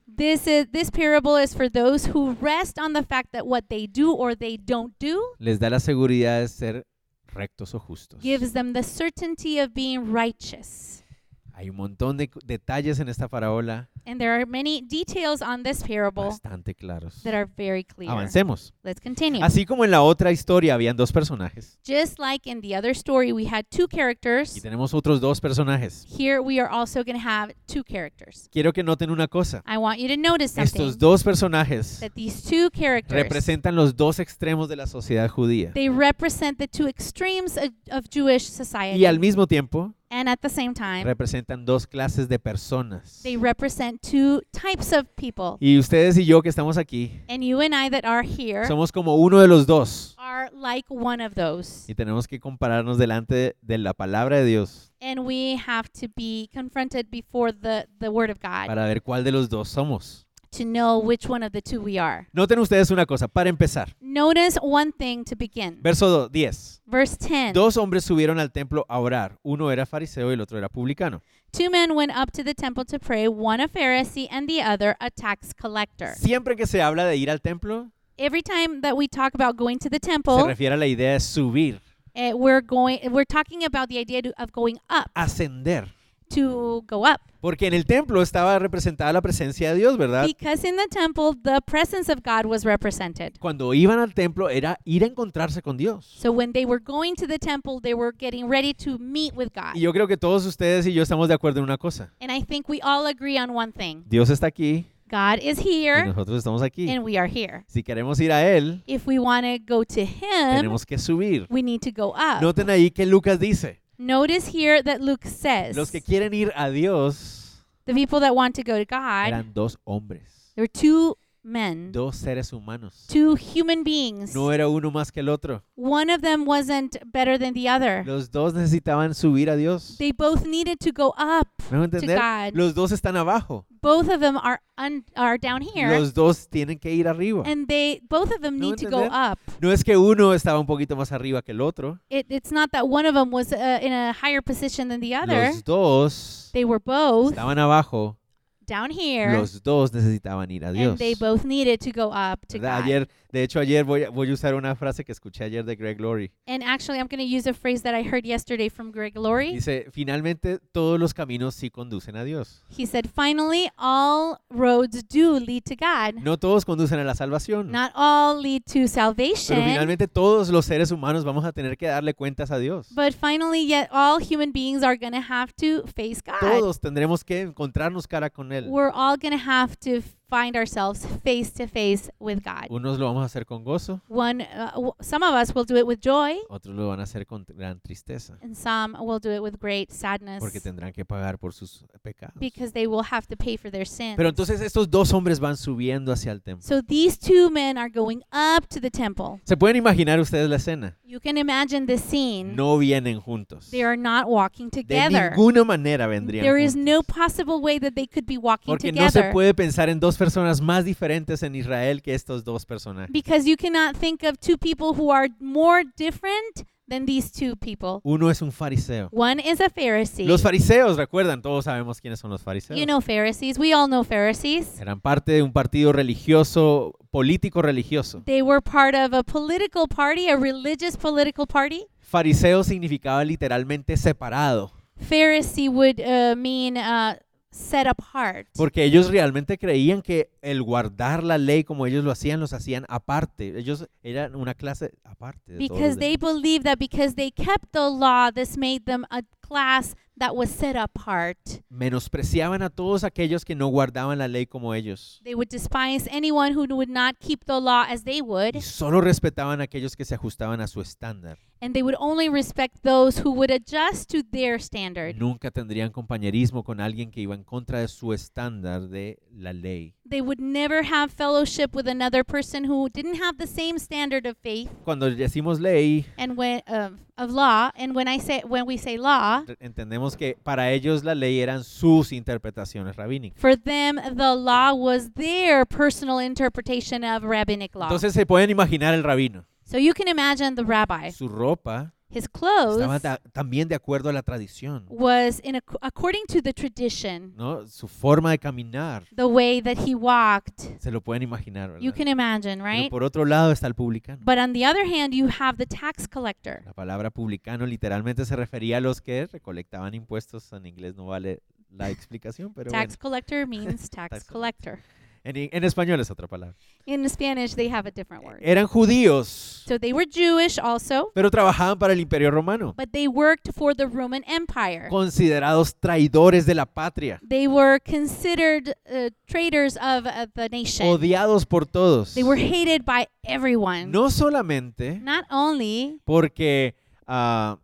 This is this parable is for those who rest on the fact that what they do or they don't do les da la seguridad de ser rectos o justos. gives them the certainty of being righteous. Hay un montón de c- detalles en esta parábola And there are many details on this parable bastante claros. that are very clear. Avancemos. Let's continue. Así como en la otra historia habían dos personajes, Just like in the other story we had two y characters, tenemos otros dos personajes. here we are also going to have two characters. Quiero que noten una cosa. I want you to notice something Estos dos personajes that these two characters representan los dos extremos de la sociedad judía. They represent the two extremes of, of Jewish society. Y al mismo tiempo and at the same time, representan dos clases de personas. they represent two types of people. Y ustedes y yo que estamos aquí, And you and I that are here somos como uno de los dos. are like one of those. Y tenemos que compararnos delante de- de la palabra de Dios And we have to be confronted before the, the Word of God para ver cuál de los dos somos. to know which one of the two we are. Noten ustedes una cosa, para empezar. Notice one thing to begin. Verso do- 10. Verse 10 Dos hombres subieron al templo a orar. Uno era fariseo y el otro era publicano. Two men went up to the temple to pray, one a Pharisee and the other a tax collector. Siempre que se habla de ir al templo, Every time that we talk about going to the se temple, refiere a la idea de subir, to- Uh, we're going. We're talking about the idea to- of going up ascender. to go up, Porque en el templo estaba representada la presencia de Dios, ¿verdad? because in the temple the presence of God was represented. Cuando iban al templo era ir a encontrarse con Dios. So when they were going to the temple, they were getting ready to meet with God. Y yo creo que todos ustedes y yo estamos de acuerdo en una cosa. And I think we all agree on one thing: Dios está aquí God is y here, nosotros estamos aquí. and we are here. Si queremos ir a Él, If we want to go to Him, tenemos que subir. we need to go up. Noten ahí que Lucas dice, Notice here that Luke says los que quieren ir a Dios the people that want to go to God, eran dos hombres, there were two men, dos seres humanos. two human beings. No era uno más que el otro. One of them wasn't better than the other. Los dos necesitaban subir a Dios. They both needed to go up. ¿Me hago entender? God. Los dos están abajo. Both of them are un, are down here, Los dos tienen que ir arriba. and they both of them ¿Me hago need to go entender? up. No es que uno estaba un poquito más arriba que el otro. It, it's not that one of them was uh, in a higher position than the other. Los dos They were both estaban abajo. down here, Los dos necesitaban ir a and Dios. they both needed to go up to ¿Verdad? God. Ayer De hecho, ayer voy a, voy a usar una frase que escuché ayer de Greg Laurie. And actually, I'm going to use a phrase that I heard yesterday from Greg Laurie. Dice, finalmente todos los caminos sí conducen a Dios. He said, "Finally, all roads do lead to God. No todos conducen a la salvación, Not all lead to Hmm. pero salvation, finalmente todos los seres humanos vamos a tener que darle cuentas a Dios. but finally, yet all human beings are going to have to face God. Todos tendremos que encontrarnos cara con Él. We're all going to have to find ourselves face to face with God. Unos lo vamos a hacer con gozo, One, uh, w- some of us will do it with joy, otros lo van a hacer con gran tristeza, and some will do it with great porque sadness tendrán que pagar por sus pecados. because they will have to pay for their sin. Pero entonces estos dos hombres van subiendo hacia el templo. So these two men are going up to the temple. ¿Se pueden imaginar ustedes la escena? You can imagine the scene. No vienen juntos. They are not walking De together. ninguna manera vendrían There is juntos. no possible way that they could be walking Porque no se together. puede pensar en dos personas más diferentes en Israel que estos dos personajes. Because you cannot think of two people who are more different than these two people. Uno es un fariseo. One is a Pharisee. Los fariseos, recuerdan, todos sabemos quiénes son los fariseos. You know Pharisees. We all know Pharisees. Eran parte de un partido religioso, político religioso. They were part of a political party, a religious political party. Fariseo significaba literalmente separado, Pharisee would uh, mean uh, set apart. porque ellos realmente creían que el guardar la ley como ellos lo hacían, los hacían aparte. Ellos eran una clase aparte. de todos Because los demás. they believed that because they kept the law, this made them a class that was set apart. Menospreciaban a todos aquellos que no guardaban la ley como ellos. They would despise anyone who would not keep the law as they Y would, solo respetaban a aquellos que se ajustaban a su estándar. and they would only respect those who would adjust to their standard. Nunca tendrían compañerismo con alguien que iba en contra de su estándar de la ley. They would never have fellowship with another person who didn't have the same standard of faith Cuando decimos ley, and when of, of law. And when I say when we say law, re- entendemos que para ellos la ley eran sus interpretaciones rabínicas. for them the law was their personal interpretation of rabbinic law. Entonces se pueden imaginar el rabino. So you can imagine the rabbi. Su ropa His estaba clothes ta- también de acuerdo a la tradición, was in ac- according to the tradition, ¿no? Su forma de caminar, the way that he walked. se lo pueden imaginar, You ¿verdad? can imagine, Pero right? por otro lado está el publicano. But on the other hand, you have the tax collector. La palabra publicano literalmente se refería a los que recolectaban impuestos. En inglés no vale la explicación, pero Tax bueno. collector means tax Tax collector. En, i- en español es otra palabra. In Spanish, they have a different word. Eran judíos, So they were Jewish also, pero trabajaban para el Imperio Romano, but they worked for the Roman Empire. considerados traidores de la patria, They were considered uh, traitors of uh, the nation. odiados por todos. They were hated by everyone. No solamente Not only porque ah,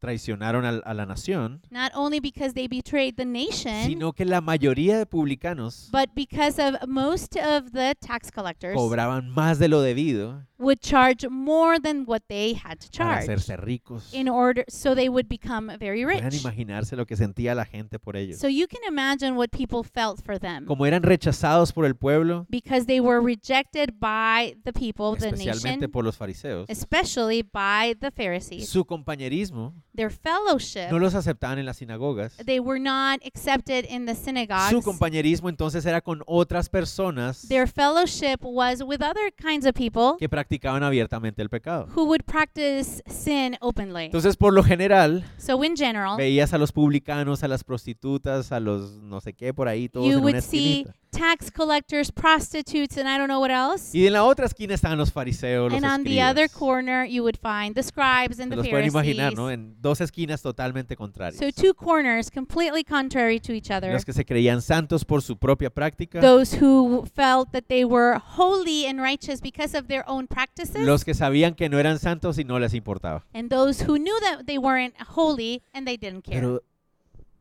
traicionaron al- a, la nación, not only because they betrayed the nation, sino que la mayoría de publicanos but because of most of the tax collectors cobraban más de lo debido would charge more than what they had to para charge hacerse ricos. in order so they would become very Pueden rich. imaginarse lo que sentía la gente por ellos. So you can imagine what people felt for them Como eran rechazados por el pueblo, because they were rejected by the people, the especialmente nation, por los fariseos, especially by the Pharisees. su compañerismo Their no fellowship, los aceptaban en las sinagogas. they were not accepted in the Su synagogues. compañerismo entonces era con otras personas Their fellowship was with other kinds of people. que practicaban abiertamente el pecado. who would practice sin openly. Entonces, por lo general, So in general, veías a los publicanos, a las prostitutas, a los no sé qué por ahí, todos you en una would see esquinita. tax collectors, prostitutes, and I don't know what else. Y en la otra esquina estaban los fariseos, los And on the escribas. other corner, you would find the scribes and Se the los pueden imaginar, Pharisees. ¿no? En dos esquinas totalmente contrarias. So two corners completely contrary to each other. Los que se creían santos por su propia práctica, Those who felt that they were holy and righteous because of their own practices, los que sabían que no eran santos y no les importaba. and those who knew that they weren't holy and they didn't care. Pero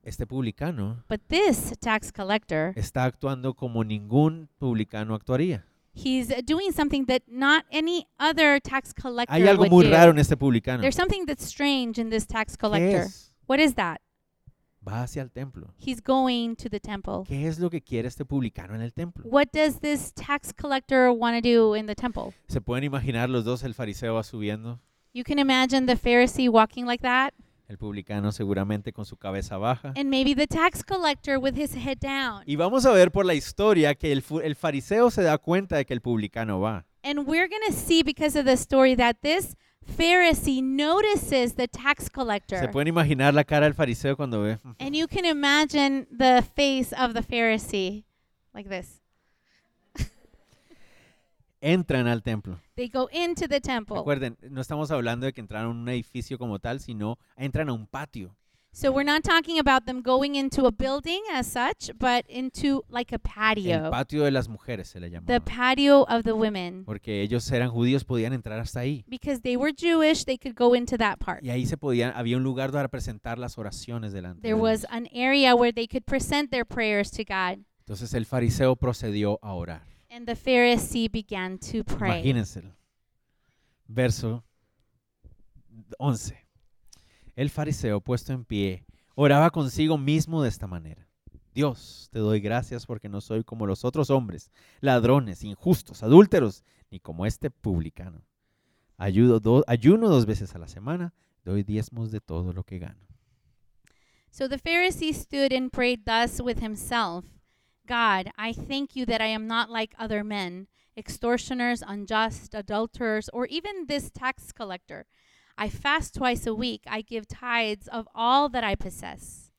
este publicano But this tax collector, está actuando como ningún publicano actuaría. he's doing something that not any other tax collector Hay algo would muy do. raro en este publicano. There's something that's strange in this tax ¿Qué collector. es? What is that? Va hacia el templo. He's going to the temple. ¿Qué es lo que quiere este publicano en el templo? What does this tax collector want to do in the temple? Se pueden imaginar los dos, el fariseo va subiendo, You can imagine the Pharisee walking like that, el publicano seguramente con su cabeza baja. and maybe the tax collector with his head down. Y vamos a ver por la historia que el, fu- el fariseo se da cuenta de que el publicano va. And we're going to see because of the story that this Pharisee notices the tax Se collector. pueden imaginar la cara del fariseo cuando ve. And you can imagine the face of the Pharisee like this. Entran al templo. They go into the temple. Recuerden, no estamos hablando de que entraron a un edificio como tal, sino entran a un patio. So we're not talking about them going into a building as such, but into like a El patio. patio de las mujeres se le llamaba. The patio of the women. Porque ellos eran judíos, podían entrar hasta ahí. Because they were Jewish, they could go into that part. Y ahí se podían, había un lugar para presentar las oraciones delante. de There Dios. was an area where they could present their prayers to God. Entonces el fariseo procedió a orar. And the Pharisee began to pray. Imagínenselo. Verso 11. El fariseo, puesto en pie, oraba consigo mismo de esta manera. Dios, te doy gracias porque no soy como los otros hombres, ladrones, injustos, adúlteros, ni como este publicano. Ayudo do- ayuno dos veces a la semana, doy diezmos de todo lo que gano. So the Pharisee stood and prayed thus with himself God, I thank you that I am not like other men, extortioners, unjust, adulterers, or even this tax collector. I fast twice a week, I give tithes of all that I possess.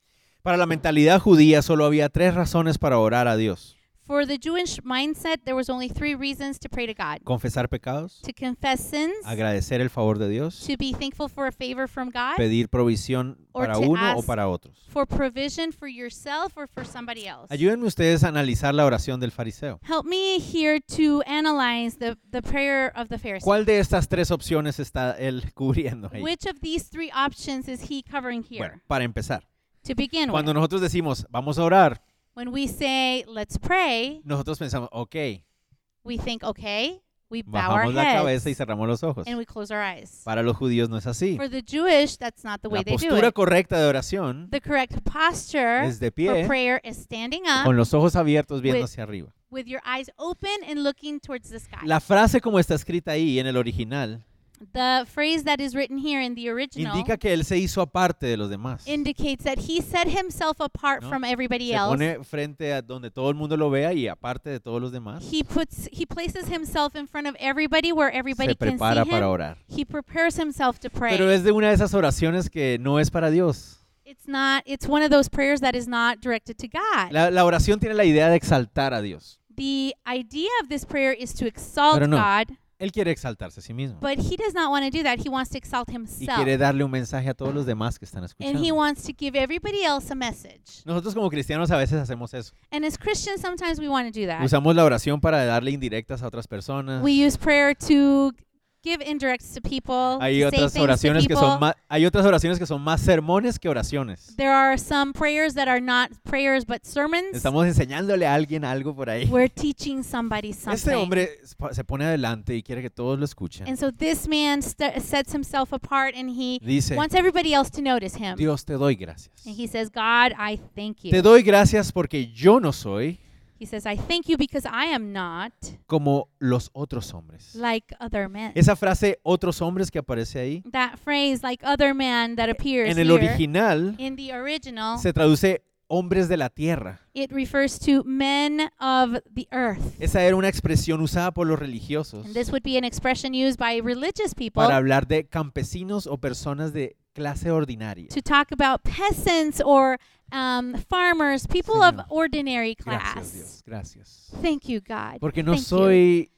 Para la mentalidad judía solo había tres razones para orar a Dios. For the Jewish mindset, there was only three reasons to pray to God Confesar pecados, to confess sins, agradecer el favor de Dios, to be thankful for a favor from God, pedir provisión Or para to uno o ask para otros. for provision for yourself or for somebody else. Ayúdenme ustedes a analizar la oración del fariseo. Help me here to analyze the, the prayer of the Pharisee. ¿Cuál de estas tres opciones está él cubriendo ahí? Which of these three options is he covering here? Bueno, para empezar, to begin cuando with, nosotros decimos vamos a orar, when we say let's pray, nosotros pensamos, ok, we think, okay, we bow our bajamos la heads cabeza y cerramos los ojos. and we close our eyes. Para los judíos no es así. For the Jewish, that's not the way La they do postura it. correcta de oración The correct posture es de for pie, prayer is standing up con los ojos abiertos viendo with- hacia arriba. with your eyes open and looking towards the sky. La frase como está escrita ahí en el original the phrase that is written here in the original indica que él se hizo aparte de los demás. Se indicates that he set himself apart No. from everybody else. pone frente a donde todo el mundo lo vea y aparte de todos los demás, He puts he places himself in front of everybody where everybody se can prepara see him. para orar. He prepares himself to pray. Pero es de una de esas oraciones que no es para Dios. it's not it's one of those prayers that is not directed to God. La, la oración tiene la idea de exaltar a Dios. the idea of this prayer is to exalt Pero no. God, Él quiere exaltarse a sí mismo but he does not want to do that. He wants to exalt y himself. quiere darle un mensaje a todos los demás que están and he escuchando. wants to give everybody else a message. Nosotros como cristianos a veces hacemos eso. And as Christians, sometimes we want to do that. Usamos la oración para darle indirectas a otras personas. we use prayer to give indirects to people. Hay to say things otras to oraciones que people. son más hay otras oraciones que son más sermones que oraciones. There are some prayers that are not prayers but sermons. Estamos enseñándole a alguien algo por ahí. We're teaching somebody Este something. hombre se pone adelante y quiere que todos lo escuchen. And so this man st- sets himself apart and he Dice, wants everybody else to notice him. Dios te doy gracias. And he says, God, I thank Te you. doy gracias porque yo no soy He says, I thank you because I am not como los otros hombres. like other men. Esa frase otros hombres que aparece ahí, That phrase, like other man, that appears en el here original in the original, se traduce hombres de la tierra. it refers to men of the earth. Esa era una expresión usada por los religiosos And this would be an expression used by religious people para hablar de campesinos o personas de clase ordinaria. to talk about peasants or um, farmers, people of Señor, ordinary Gracias, class. Dios, gracias. Thank you, God. Porque no Thank you. soy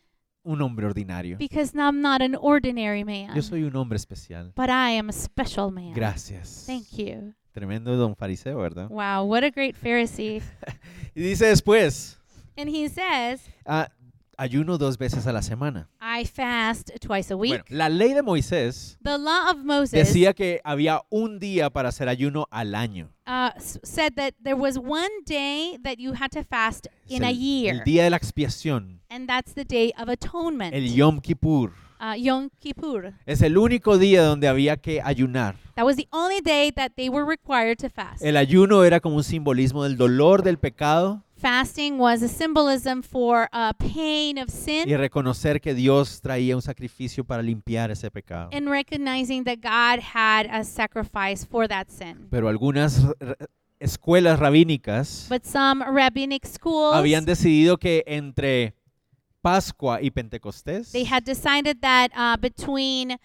un hombre ordinario. Because I'm not an ordinary man, Yo soy un hombre especial. but I am a special man. Gracias. Thank you. Tremendo don fariseo, ¿verdad? Wow, what a great Pharisee. Y dice después, and he says, ah, ayuno dos veces a la semana. I fast twice a week. Bueno, la ley de Moisés the law of Moses decía que había un día para hacer ayuno al año. uh, s- said that there was one day that you had to fast Es in a el, year, el día de la expiación, and that's the day of atonement, el Yom Kippur. uh, Yom Kippur. Es el único día donde había que ayunar. That was the only day that they were required to fast. El ayuno era como un simbolismo del dolor del pecado Fasting was a symbolism for uh, pain of sin y reconocer que Dios traía un sacrificio para limpiar ese pecado. and recognizing that God had a sacrifice for that sin. Pero algunas r- escuelas rabínicas But some rabbinic schools habían decidido que entre Pascua y Pentecostés, They had decided that uh, between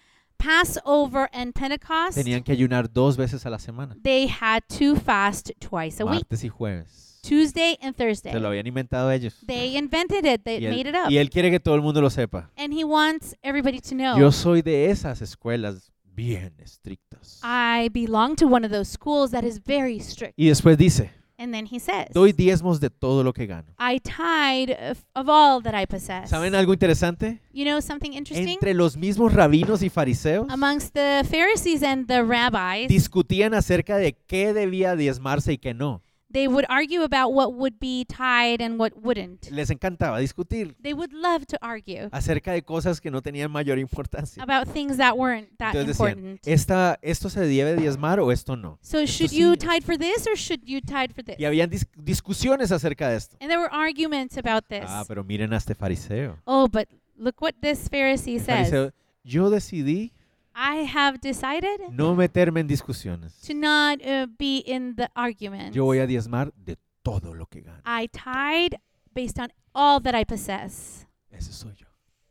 Passover and Pentecost, tenían que ayunar dos veces a la semana, they had to fast twice a week martes y jueves. Tuesday and Se lo Thursday. habían inventado ellos. They invented it, they y, él, made it up. y él quiere que todo el mundo lo sepa. And he wants everybody to know Yo soy de esas escuelas bien estrictas. I belong to one of those schools that is very strict. Y después dice, And then he says, doy diezmos de todo lo que gano. I tithe of, of all that I possess. ¿Saben algo interesante? You know something interesting? Entre los mismos rabinos y fariseos Amongst the Pharisees and the rabbis, discutían acerca de qué debía diezmarse y qué no. they would argue about what would be tithe and what wouldn't. Les encantaba discutir They would love to argue acerca de cosas que no tenían mayor importancia. about things that weren't that Entonces decían, important. ¿esta, ¿esto se debe diezmar o esto no? so should sí you es- tithe for this or should you tithe for this? Y habían dis- discusiones acerca de esto. And there were arguments about this. Ah, pero miren a este fariseo. oh, but look what this Pharisee El says. fariseo, yo decidí I have decided no meterme en discusiones. to not uh, be in the argument. Yo voy a diezmar de todo lo que gano. I tithe based on all that I possess. Ese soy yo,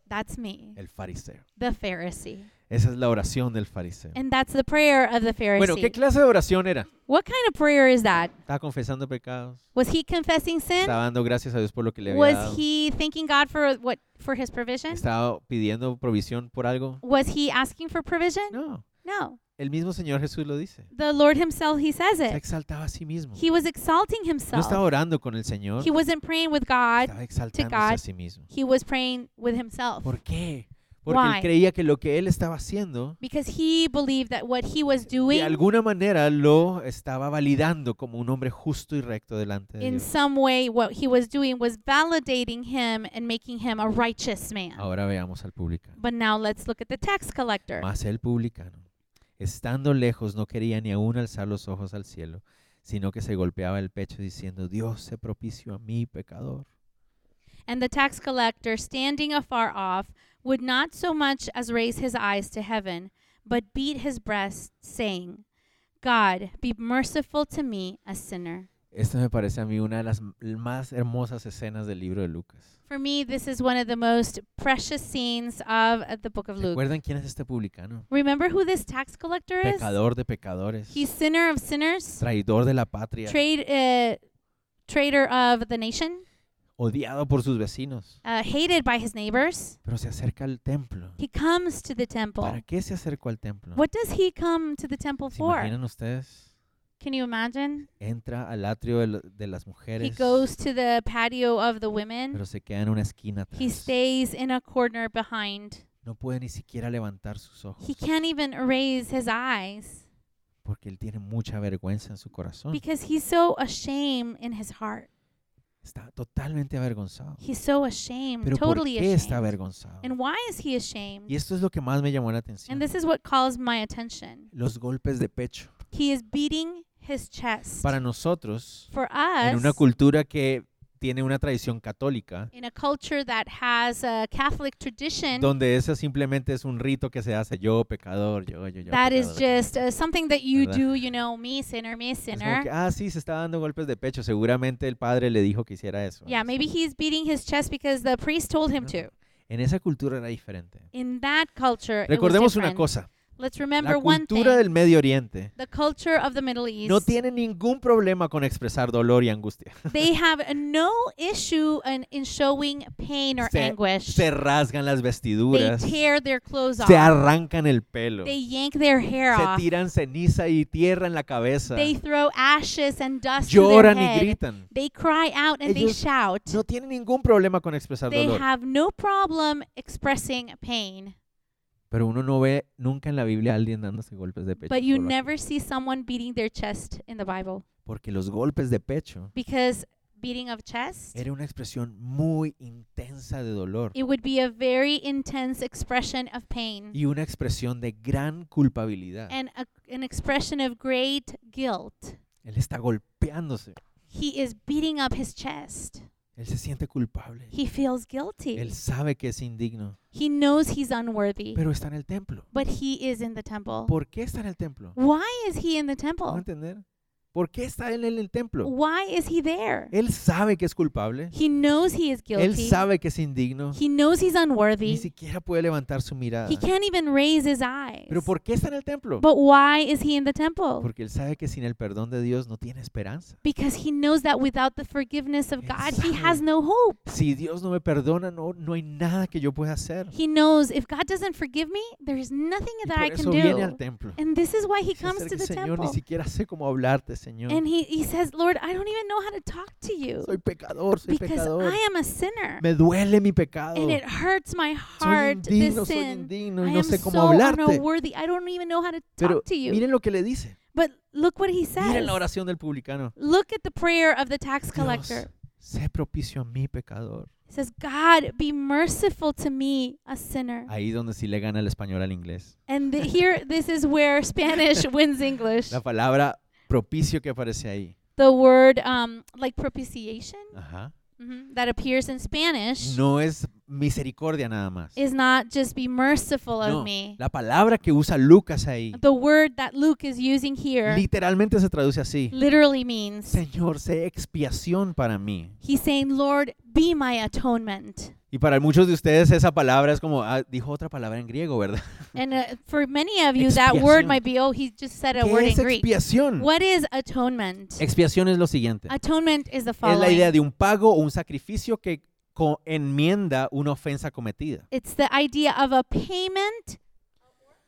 That's me, el fariseo. the Pharisee. Esa es la oración del fariseo. And that's the prayer of the Pharisee. Bueno, ¿qué clase de oración era? what kind of prayer is that? Estaba confesando pecados. Was he confessing sin? Estaba dando gracias a Dios por lo que le había Was dado. he thanking God for what for his provision? Estaba pidiendo provisión por algo. Was he asking for provision? No, No. el mismo Señor Jesús lo dice. The Lord himself he says Se it. exaltaba a sí mismo. He was exalting No estaba himself. orando con el Señor. He wasn't praying with God. Estaba exaltándose a God. sí mismo. He was praying with himself. ¿Por qué? Porque él Why? creía que lo que él estaba haciendo Because he believed that what he was de doing alguna manera lo estaba validando como un hombre justo y recto delante de in Dios. some way what he was doing was validating him and making him a righteous man. Ahora veamos al publicano. But now let's look at the tax collector. Mas el publicano, estando lejos, no quería ni aún alzar los ojos al cielo, sino que se golpeaba el pecho diciendo, Dios se propicio a mí, pecador. And the tax collector, standing afar off, would not so much as raise his eyes to heaven, but beat his breast, saying, God, be merciful to me, a sinner. Esta me parece a mí una de las m- más hermosas escenas del libro de Lucas. For me, this is one of the most precious scenes of uh, the book of Luke. ¿Recuerdan quién es este publicano? Remember who this tax collector is? Pecador de pecadores, He's sinner of sinners, traidor de la patria, trade, uh, traitor of the nation. odiado por sus vecinos, uh, hated by his neighbors. pero se acerca al templo. He comes to the ¿Para temple. qué se acercó al templo? What does he come to the temple ¿Se for? imaginan ustedes? Can you imagine? Entra al atrio de, lo- de las He mujeres, goes to the patio of the pero women. se queda en una esquina He atrás. stays in a corner behind. No puede ni siquiera levantar sus ojos. He can't even raise his eyes Porque él tiene mucha vergüenza en su corazón. because he's so ashamed in his heart. Está totalmente avergonzado. He's so ashamed, Pero ¿por totally qué está ashamed. avergonzado? And why is he Y ashamed? esto es lo que más me llamó la And atención. this is what calls my attention. Los golpes de pecho. He is beating his chest. Para nosotros, For en una us, cultura que tiene una tradición católica, in a culture that has a Catholic tradition donde eso simplemente es un rito que se hace yo, pecador, yo, yo, yo. that is pecador. just uh, something that you ¿Verdad? do, you know, me sinner, me Es como que, sinner. ah, sí, se está dando golpes de pecho. Seguramente el padre le dijo que hiciera eso. Yeah, maybe he's beating his chest because the priest told him to. En esa cultura era diferente. In that culture, it was Recordemos una different. cosa. Let's remember La one thing. cultura del Medio Oriente The culture of the Middle East. no tiene ningún problema con expresar dolor y angustia. they have uh, no issue in, in showing pain or Se- anguish. Se rasgan las they vestiduras, tear their clothes se off. arrancan el pelo, They yank their hair se off. tiran ceniza y tierra en la cabeza, They throw ashes and dust to their uh, lloran y head. gritan. They cry out and they Ellos shout. No tienen ningún problema con expresar They dolor. have no problem expressing pain, Pero uno no ve nunca en la Biblia a alguien dándose golpes de pecho. but you solo aquí. never see someone beating their chest in the Bible Porque los golpes de pecho because beating of chest era una expresión muy intensa de dolor it would be a very intense expression of pain y una expresión de gran culpabilidad. and a, an expression of great guilt. Él está golpeándose, He is beating up his chest. él se siente culpable, He feels guilty. él sabe que es indigno, He knows he's unworthy, pero está en el templo. but he is in the temple. ¿Por qué está en el templo? Why is he in the ¿Me van a temple? entender? ¿Por qué está él en el templo? Why is he there? Él sabe que es culpable. He knows he is Él guilty. sabe que es indigno. He knows he's Ni unworthy. siquiera puede levantar su mirada. He can't even raise his eyes. Pero ¿por qué está en el templo? But why is he in the temple? Porque él sabe que sin el perdón de Dios no tiene esperanza. Because he knows that without the forgiveness of God, he Exacto. has no hope. Si Dios no me perdona, no, no hay nada que yo pueda hacer. He knows if God doesn't forgive me, there's nothing Y that I por can eso viene do. al templo. And this is why he Se comes to acerca, the Señor, ni temple. siquiera sé cómo hablarte, Señor. And he, he says, Lord, I don't even know how to talk to you Soy pecador, soy because pecador. I am a sinner. Me duele mi pecado. And it hurts my Soy heart, indigno, this soy sin. indigno I y am no sé cómo so hablarte. unworthy. I don't even know how to Pero talk to you. miren lo que le dice. But look what he says. Miren la oración del publicano. Look at the prayer of the tax Dios, collector. sé propicio a mi pecador. He says, God, be merciful to me, a sinner. Ahí donde sí le gana el español al inglés. And the, here, this is where Spanish wins English. La palabra propicio que aparece ahí. The word, um, like propitiation, Ajá. mhm, that appears in Spanish, No es misericordia nada más. is not just be merciful No, of me. La palabra que usa Lucas ahí The word that Luke is using here literalmente se traduce así. literally means Señor, sé expiación para mí. He's saying, Lord, be my atonement. Y para muchos de ustedes esa palabra es como, ah, dijo otra palabra en griego, ¿verdad? And uh, for many of you, that word Expiación. might be, oh, he just said a word ¿Qué in es Greek. expiación? What is atonement? Expiación es lo siguiente. Atonement is the Es la idea following. de un pago o un sacrificio que co- enmienda una ofensa cometida. It's the idea of a payment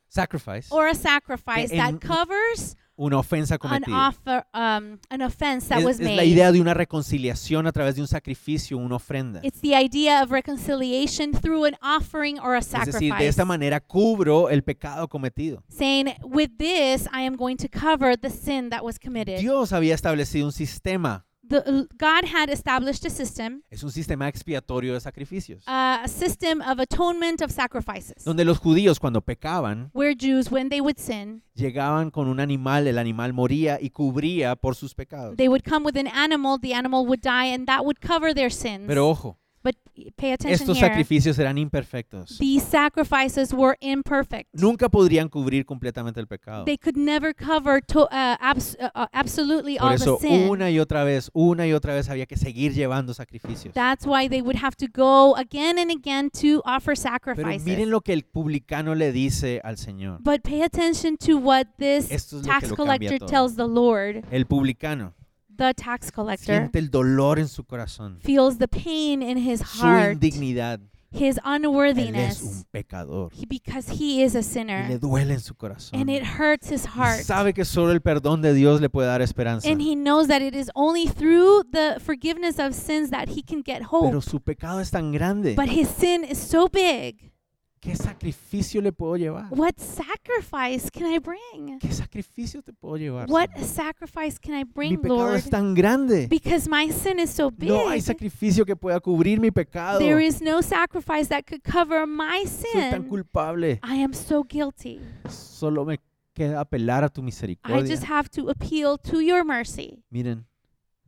Sacrifice. or a sacrifice en- that covers Una ofensa an cometida. offer, um, an offense that Es, was es la made. idea de una reconciliación a través de un sacrificio, una ofrenda. It's the idea of reconciliation through an offering or a Es decir, de sacrifice. esta manera cubro el pecado cometido. Saying, with this, I am going to cover the sin that was committed. Dios había establecido un sistema. The, uh, God had established a system, Es un sistema expiatorio de sacrificios. uh, a system of atonement of sacrifices, Donde los judíos cuando pecaban, where Jews, when they would sin, llegaban con un animal, el animal moría y cubría por sus pecados. they would come with an animal, the animal would die, and that would cover their sins. Pero ojo, But pay attention estos here. sacrificios eran imperfectos. These sacrifices were imperfect. Nunca podrían cubrir completamente el pecado. They could never cover to, uh, abs- uh, uh, absolutely Por all eso the sin. una y otra vez, una y otra vez había que seguir llevando sacrificios. That's why they would have to go again and again to offer Pero sacrifices. miren lo que el publicano le dice al Señor. but pay attention to what this Esto es lo que tax lo cambia collector todo. tells the Lord. El publicano The tax collector siente el dolor en su corazón, feels the pain in his su heart, indignidad. his Él es un unworthiness, pecador he- because he is a y le sinner. duele en su corazón. And it hurts his Y heart. sabe que solo el perdón de Dios le puede dar esperanza. And he knows that it is only through the forgiveness of sins that he can get Pero hope. su pecado es tan grande. But his sin is so big. ¿Qué sacrificio le puedo llevar? What sacrifice can I bring? Ah. ¿Qué sacrificio te puedo llevar? What Señor? sacrifice can I Mi bring, pecado Lord? es tan grande. Because my sin is so big. No hay sacrificio que pueda cubrir mi pecado. There is no sacrifice that could cover my Soy tan sin. culpable. I am so guilty. Solo me queda apelar a tu I just misericordia. have to appeal to your mercy. Miren,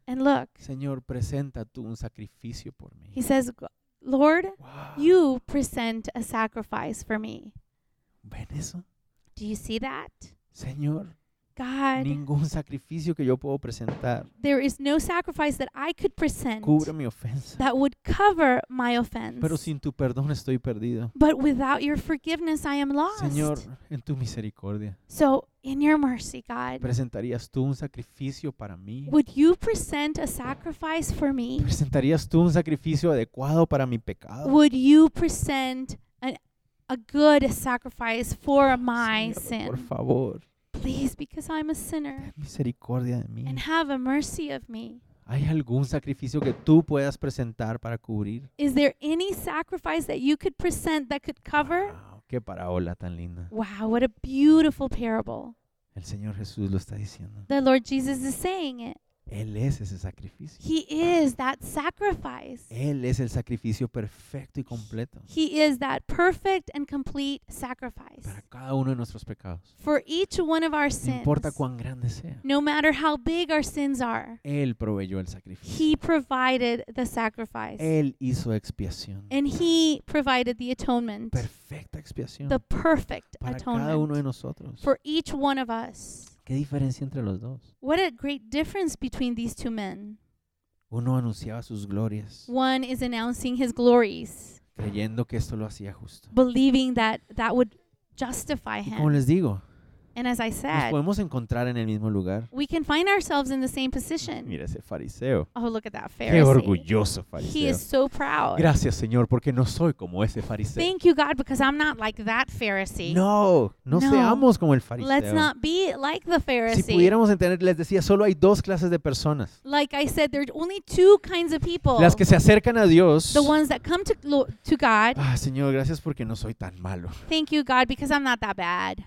And look, Señor, presenta tú un sacrificio por mí. he says, Lord, Wow. you present a sacrifice for me. ¿Ven eso? Do you see that? Señor, God, ningún sacrificio que yo puedo presentar there is no sacrifice that I could present cubre mi ofensa. that would cover my Pero offense. sin tu perdón estoy perdido. But without your forgiveness, I am lost. Señor, en tu misericordia, So, in your mercy, God, ¿presentarías tú un sacrificio para mí? would you present a sacrifice for me? ¿Presentarías tú un sacrificio adecuado para mi pecado? Would you present an, a good sacrifice for my Señor, Por sin? favor, Please, because I'm a sinner. ten misericordia de mí. And have a mercy of me. ¿Hay algún sacrificio que tú puedas presentar para cubrir? Is there any sacrifice that you could present that could cover? Wow, qué parabola tan linda. Wow, what a beautiful parable. El Señor Jesús lo está diciendo. The Lord Jesus is saying it. Él es ese sacrificio. He is that sacrifice. Él es el sacrificio perfecto y completo He is that perfect and complete sacrifice para cada uno de nuestros pecados. for each one of our No sins. importa cuán grande sea. No matter how big our sins are, Él proveyó el sacrificio. He provided the sacrifice. Él hizo expiación. And He provided the atonement, Perfecta expiación the perfect para cada uno de atonement nosotros. for each one of us. ¿Qué diferencia entre los dos? What a great difference between these two men. Uno anunciaba sus glorias, One is announcing his glories, creyendo que esto lo hacía justo. believing that that would justify Y como him. les digo, And as I nos said, podemos encontrar en el mismo lugar. we can find ourselves in the same position. Mira ese fariseo. Oh, look at that Qué Pharisee. orgulloso He fariseo. is so proud. Gracias, Señor, porque no soy como ese fariseo. Thank you, God, because I'm not like that Pharisee. No, no, No. seamos como el fariseo. Let's not be like the si Pharisee. pudiéramos entender, les decía, solo hay dos clases de personas. Like I said, there's only two kinds of people. Las que se acercan a Dios. Oh. The ones that come to lo- to God, Ah, Señor, gracias porque no soy tan malo. thank you, God, because I'm not that bad.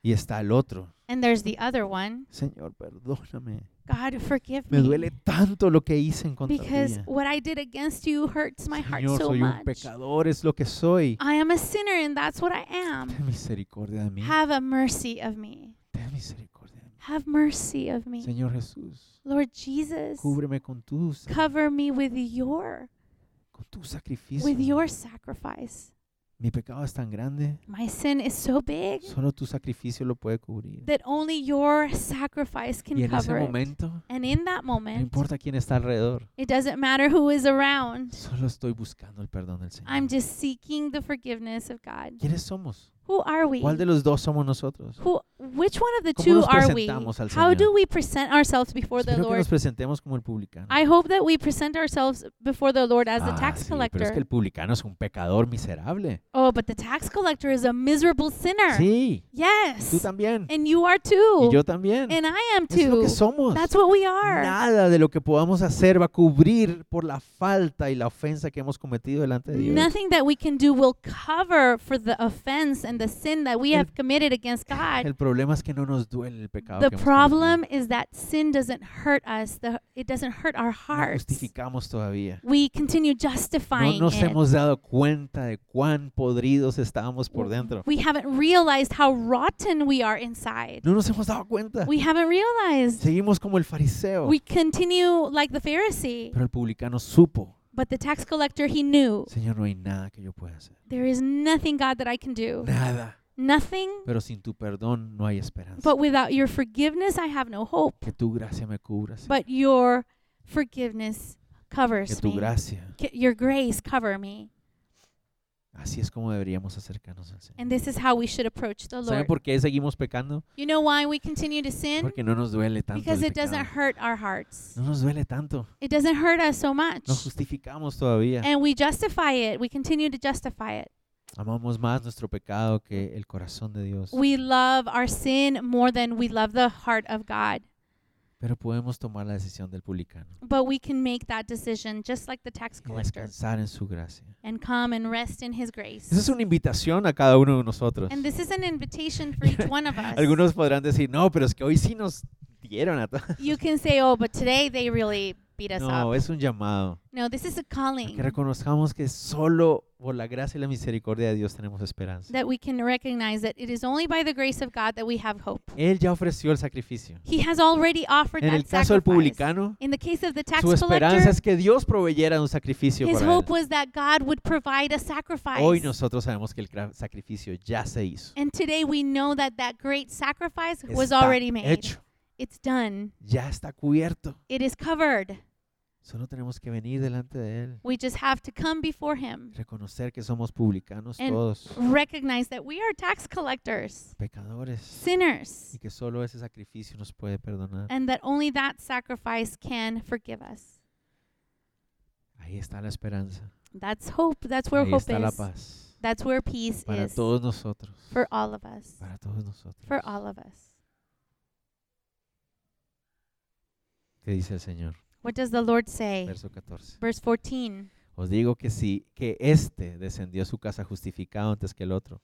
Y está el otro. And there's the other one. Señor, perdóname. God, forgive Me duele me. tanto lo que hice en contra Because tuya. what I did against you hurts my heart Señor, so soy un much. pecador, es lo que soy. I am a sinner, and that's what I am. Ten misericordia de mí. Um, Have a mercy of me. Ten misericordia de mí. Have mercy of me. Señor Jesús, Lord Jesus, cúbreme con tu, sa- cover me with your con tu sacrificio. with your sacrifice. Mi pecado es tan grande, My sin is so big solo tu sacrificio lo puede cubrir. that only your sacrifice Y can en ese cover it. momento, And in that no moment, importa quién está alrededor, it doesn't matter who is around. solo estoy buscando el perdón del Señor. I'm just seeking the forgiveness of God. ¿Quiénes somos? Who are we? ¿Cuál de los dos somos nosotros? Who which one of the ¿Cómo two nos are we? presentamos al How Señor? do we present ourselves before the Espero que Lord? nos presentemos como el publicano. I hope that we present ourselves before the Lord as the Ah, tax sí, pero es collector. que el publicano es un pecador miserable. Oh, but the tax collector is a miserable sinner. Sí, tú Yes. también. And you are too. Y yo también. And I am Es lo too. que somos. That's what we are. Nada de lo que podamos hacer va a cubrir por la falta y la ofensa que hemos cometido delante de Dios. Nothing that we can do will cover for the offense and the sin that we El- have committed against God. El problema es que no nos duele el pecado. The que hemos problem is that sin doesn't hurt us. The, it doesn't hurt our cometido. No hearts. justificamos todavía. We continue No justifying nos it. hemos dado cuenta de cuán podridos estábamos por dentro. We haven't realized how rotten we are inside. No nos hemos dado cuenta. We haven't realized. Seguimos como el fariseo. We continue like the Pharisee. Pero el publicano supo, But the tax collector, he knew Señor, no hay nada que yo pueda hacer. there is nothing, God, that I can do. Nada. Nothing, Pero sin tu perdón no hay esperanza. but without your forgiveness, I have no hope. Que tu gracia me cubras. But your forgiveness Que covers tu me. gracia. Ca- Your grace cover me. Así es como deberíamos acercarnos al Señor. And this is how we should approach the ¿Saben Lord. por qué seguimos pecando? You know why we continue to sin? Porque no nos duele tanto. Because El it doesn't pecado. hurt our hearts. No nos duele tanto. It doesn't hurt us so much. Nos justificamos todavía. And we justify it. We continue to justify it. Amamos más nuestro pecado que el corazón de Dios. We love our sin more than we love the heart of God. Pero podemos tomar la decisión del publicano. But we can make that decision just like the tax Y collector descansar en su gracia. and come and rest in his Esa grace. es una invitación a cada uno de nosotros. And this is an invitation for each one of us. Algunos podrán decir, no, pero es que hoy sí nos dieron a todos. You can say, oh, but today they really beat us No, up. es un llamado. No, this is a a calling Que reconozcamos que solo por la gracia y la misericordia de Dios tenemos esperanza. that we can recognize that it is only by the grace of God that we have hope. Él ya ofreció el sacrificio. He has already offered En that el caso del sacrifice. publicano, In the case of the tax su esperanza collector, es que Dios proveyera un sacrificio his para hope él. was that God would provide a sacrifice. Hoy nosotros sabemos que el cra- sacrificio ya se hizo. And today we know that that great sacrifice was Está already made. hecho, It's done. ya está cubierto. It is covered. Solo tenemos que venir delante de Él, We just have to come before him. reconocer que somos publicanos And- todos, Recognize that we are tax collectors, pecadores, y sinners, que solo ese sacrificio nos puede perdonar. and that only that sacrifice can forgive us. Ahí está la esperanza, That's hope. That's where ahí hope está la is. paz That's where peace para is todos nosotros. for all of us. Para todos nosotros. For all of us. ¿Qué dice el Señor? What does the Lord say? Verso 14. Verse 14. Os digo que sí, que éste descendió a su casa justificado antes que el otro,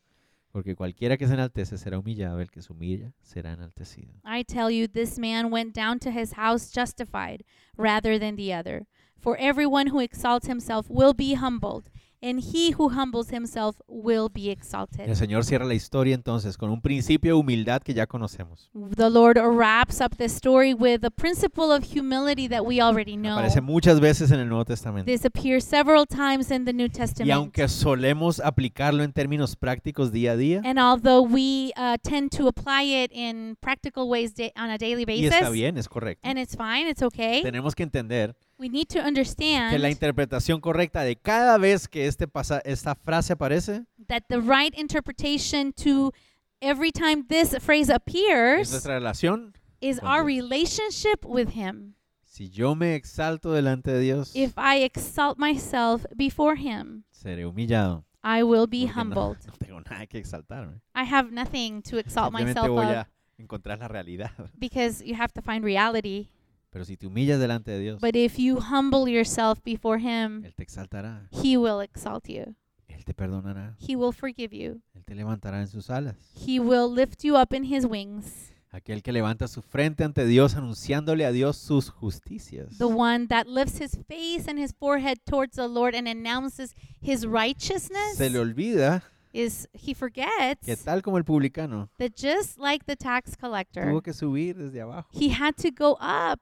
porque cualquiera que se enaltece será humillado, el que se humilla será enaltecido. I tell you, this man went down to his house justified rather than the other. For everyone who exalts himself will be humbled, and he who humbles himself will be El exalted. Señor cierra la historia entonces con un principio de humildad que ya conocemos. The Lord wraps up this story with the principle of humility that we already know. Aparece muchas veces en el Nuevo Testamento. This appears several times in the New Y Testament. aunque solemos aplicarlo en términos prácticos día a día, And although we uh, tend to apply it in practical ways da- on a daily y está basis, bien, es correcto. and it's fine, it's okay, Tenemos que entender we need to que la understand interpretación correcta de cada vez que este pasa- esta frase aparece that the right interpretation to every time this phrase es appears nuestra relación. is con our Dios. relationship with Him. Si yo me exalto delante de Dios, If I exalt myself before Him, seré humillado. I will be porque no- humbled. No, tengo nada que exaltarme. I have nothing to exalt Simplemente myself voy of a encontrar la realidad. because you have to find reality. Pero si te humillas delante de Dios, But if you humble yourself before Him, Él te exaltará, He will exalt you. Él te perdonará, He will forgive you. Él te levantará en sus alas. He will lift you up in His wings. Aquel que levanta su frente ante Dios anunciándole a Dios sus justicias. The one that lifts his face and his forehead towards the Lord and announces his righteousness Se le olvida is he que forgets tal como el publicano that just like the tax collector, tuvo que subir desde abajo. he had to go up.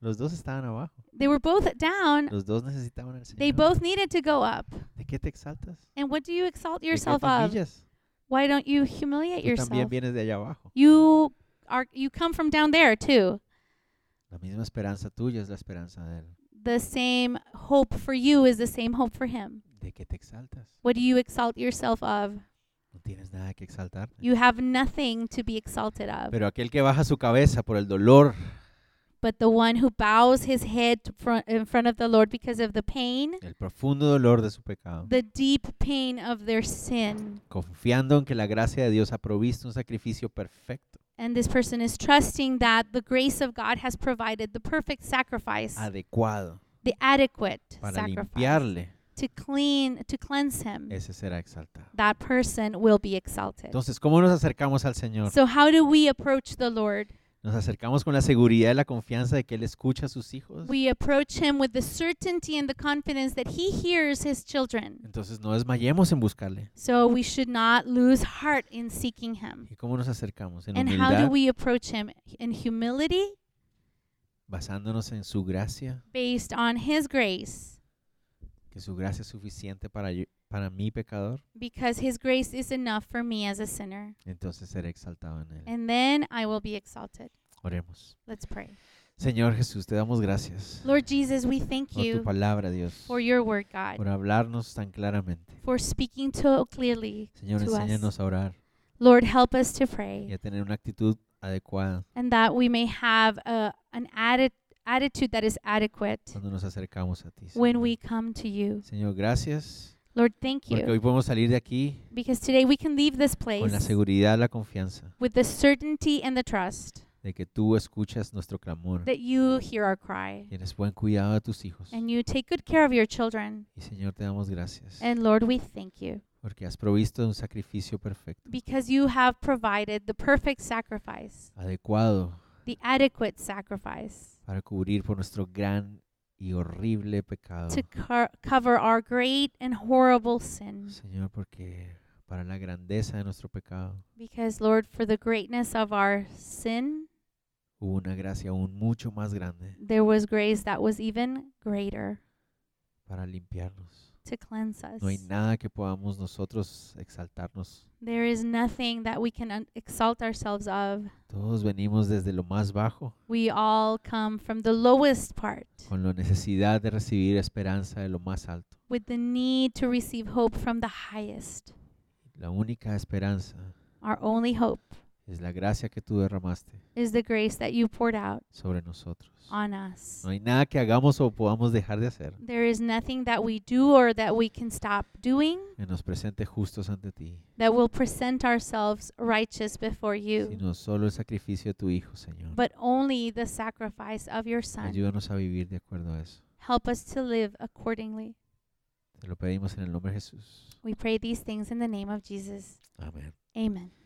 Los dos estaban abajo. They were both down, Los dos necesitaban al Señor. They both needed to go up. ¿De qué te exaltas? And what do you exalt ¿De qué yourself te of? humillas? Why don't you Tú humiliate también yourself? vienes de allá abajo. You are you come from down there too. La misma esperanza tuya es la esperanza de Él. The same hope for you is the same hope for him. ¿De qué te exaltas? What do you exalt yourself of? No tienes nada que exaltar. You have nothing to be exalted of. Pero aquel que baja su cabeza por el dolor, But the one who bows his head to fro- in front of the Lord because of the pain, el profundo dolor de su pecado, the deep pain of their sin, confiando en que la gracia de Dios ha provisto un sacrificio perfecto, and this person is trusting that the grace of God has provided the perfect sacrifice, adecuado, the adequate para sacrifice. limpiarle, to clean to cleanse him ese será exaltado. that person will be exalted Entonces, ¿cómo nos acercamos al Señor? so how do we approach the lord Nos acercamos con la seguridad y la confianza de que Él escucha a sus hijos. we approach him with the certainty and the confidence that he hears his children Entonces, no desmayemos en buscarle. so we should not lose heart in seeking him ¿Y cómo nos acercamos? En and how do humildad, we approach him in humility basándonos en su gracia, based on his grace que su gracia es suficiente para, yo- para mi pecador. because his grace is enough for me as a sinner Entonces seré exaltado en Él. and then i will be exalted Oremos. let's pray Señor Jesús, te damos gracias lord jesus we thank por tu you palabra, Dios, for your word god por hablarnos tan claramente. for speaking so clearly Señor, to us. enséñanos a orar Lord, help us to y pray a tener una actitud adecuada and that we may have a, an atti- attitude that is adequate cuando nos acercamos a ti. when Señor. we come to you. Señor, gracias. Lord, thank Porque you. hoy podemos salir de aquí Because today we can leave this con la place seguridad, la confianza with the certainty and the trust de que tú escuchas nuestro clamor, that you hear our cry tienes buen cuidado de tus hijos. and you take good care of your children. Y Señor, te damos gracias And Lord, we thank you porque has provisto de un sacrificio perfecto, because you have provided the perfect sacrifice, adecuado the adequate sacrifice para cubrir por nuestro gran y horrible pecado. to co- cover our great and horrible sin. Señor, porque para la grandeza de nuestro pecado Because, Lord, for the greatness of our sin, hubo una gracia aún mucho más grande there was grace that was even greater para limpiarnos. to cleanse us. No hay nada que podamos nosotros exaltarnos. There is nothing that we can un- exalt ourselves of. Todos venimos desde lo más bajo, We all come from the lowest part con la necesidad de recibir esperanza de lo más alto. with the need to receive hope from the highest. La única esperanza Our only hope es la gracia que tú derramaste is the grace that you poured out sobre nosotros. on us. No hay nada que hagamos o podamos dejar de hacer There is nothing that we do or that we can stop doing que nos presente justos ante ti, that will present ourselves righteous before you, sino solo el sacrificio de tu Hijo, Señor. but only the sacrifice of your Son. Ayúdanos a vivir de acuerdo a eso. Help us to live accordingly. Te lo pedimos en el nombre de Jesús. We pray these things in the name of Jesus. Amén. Amen.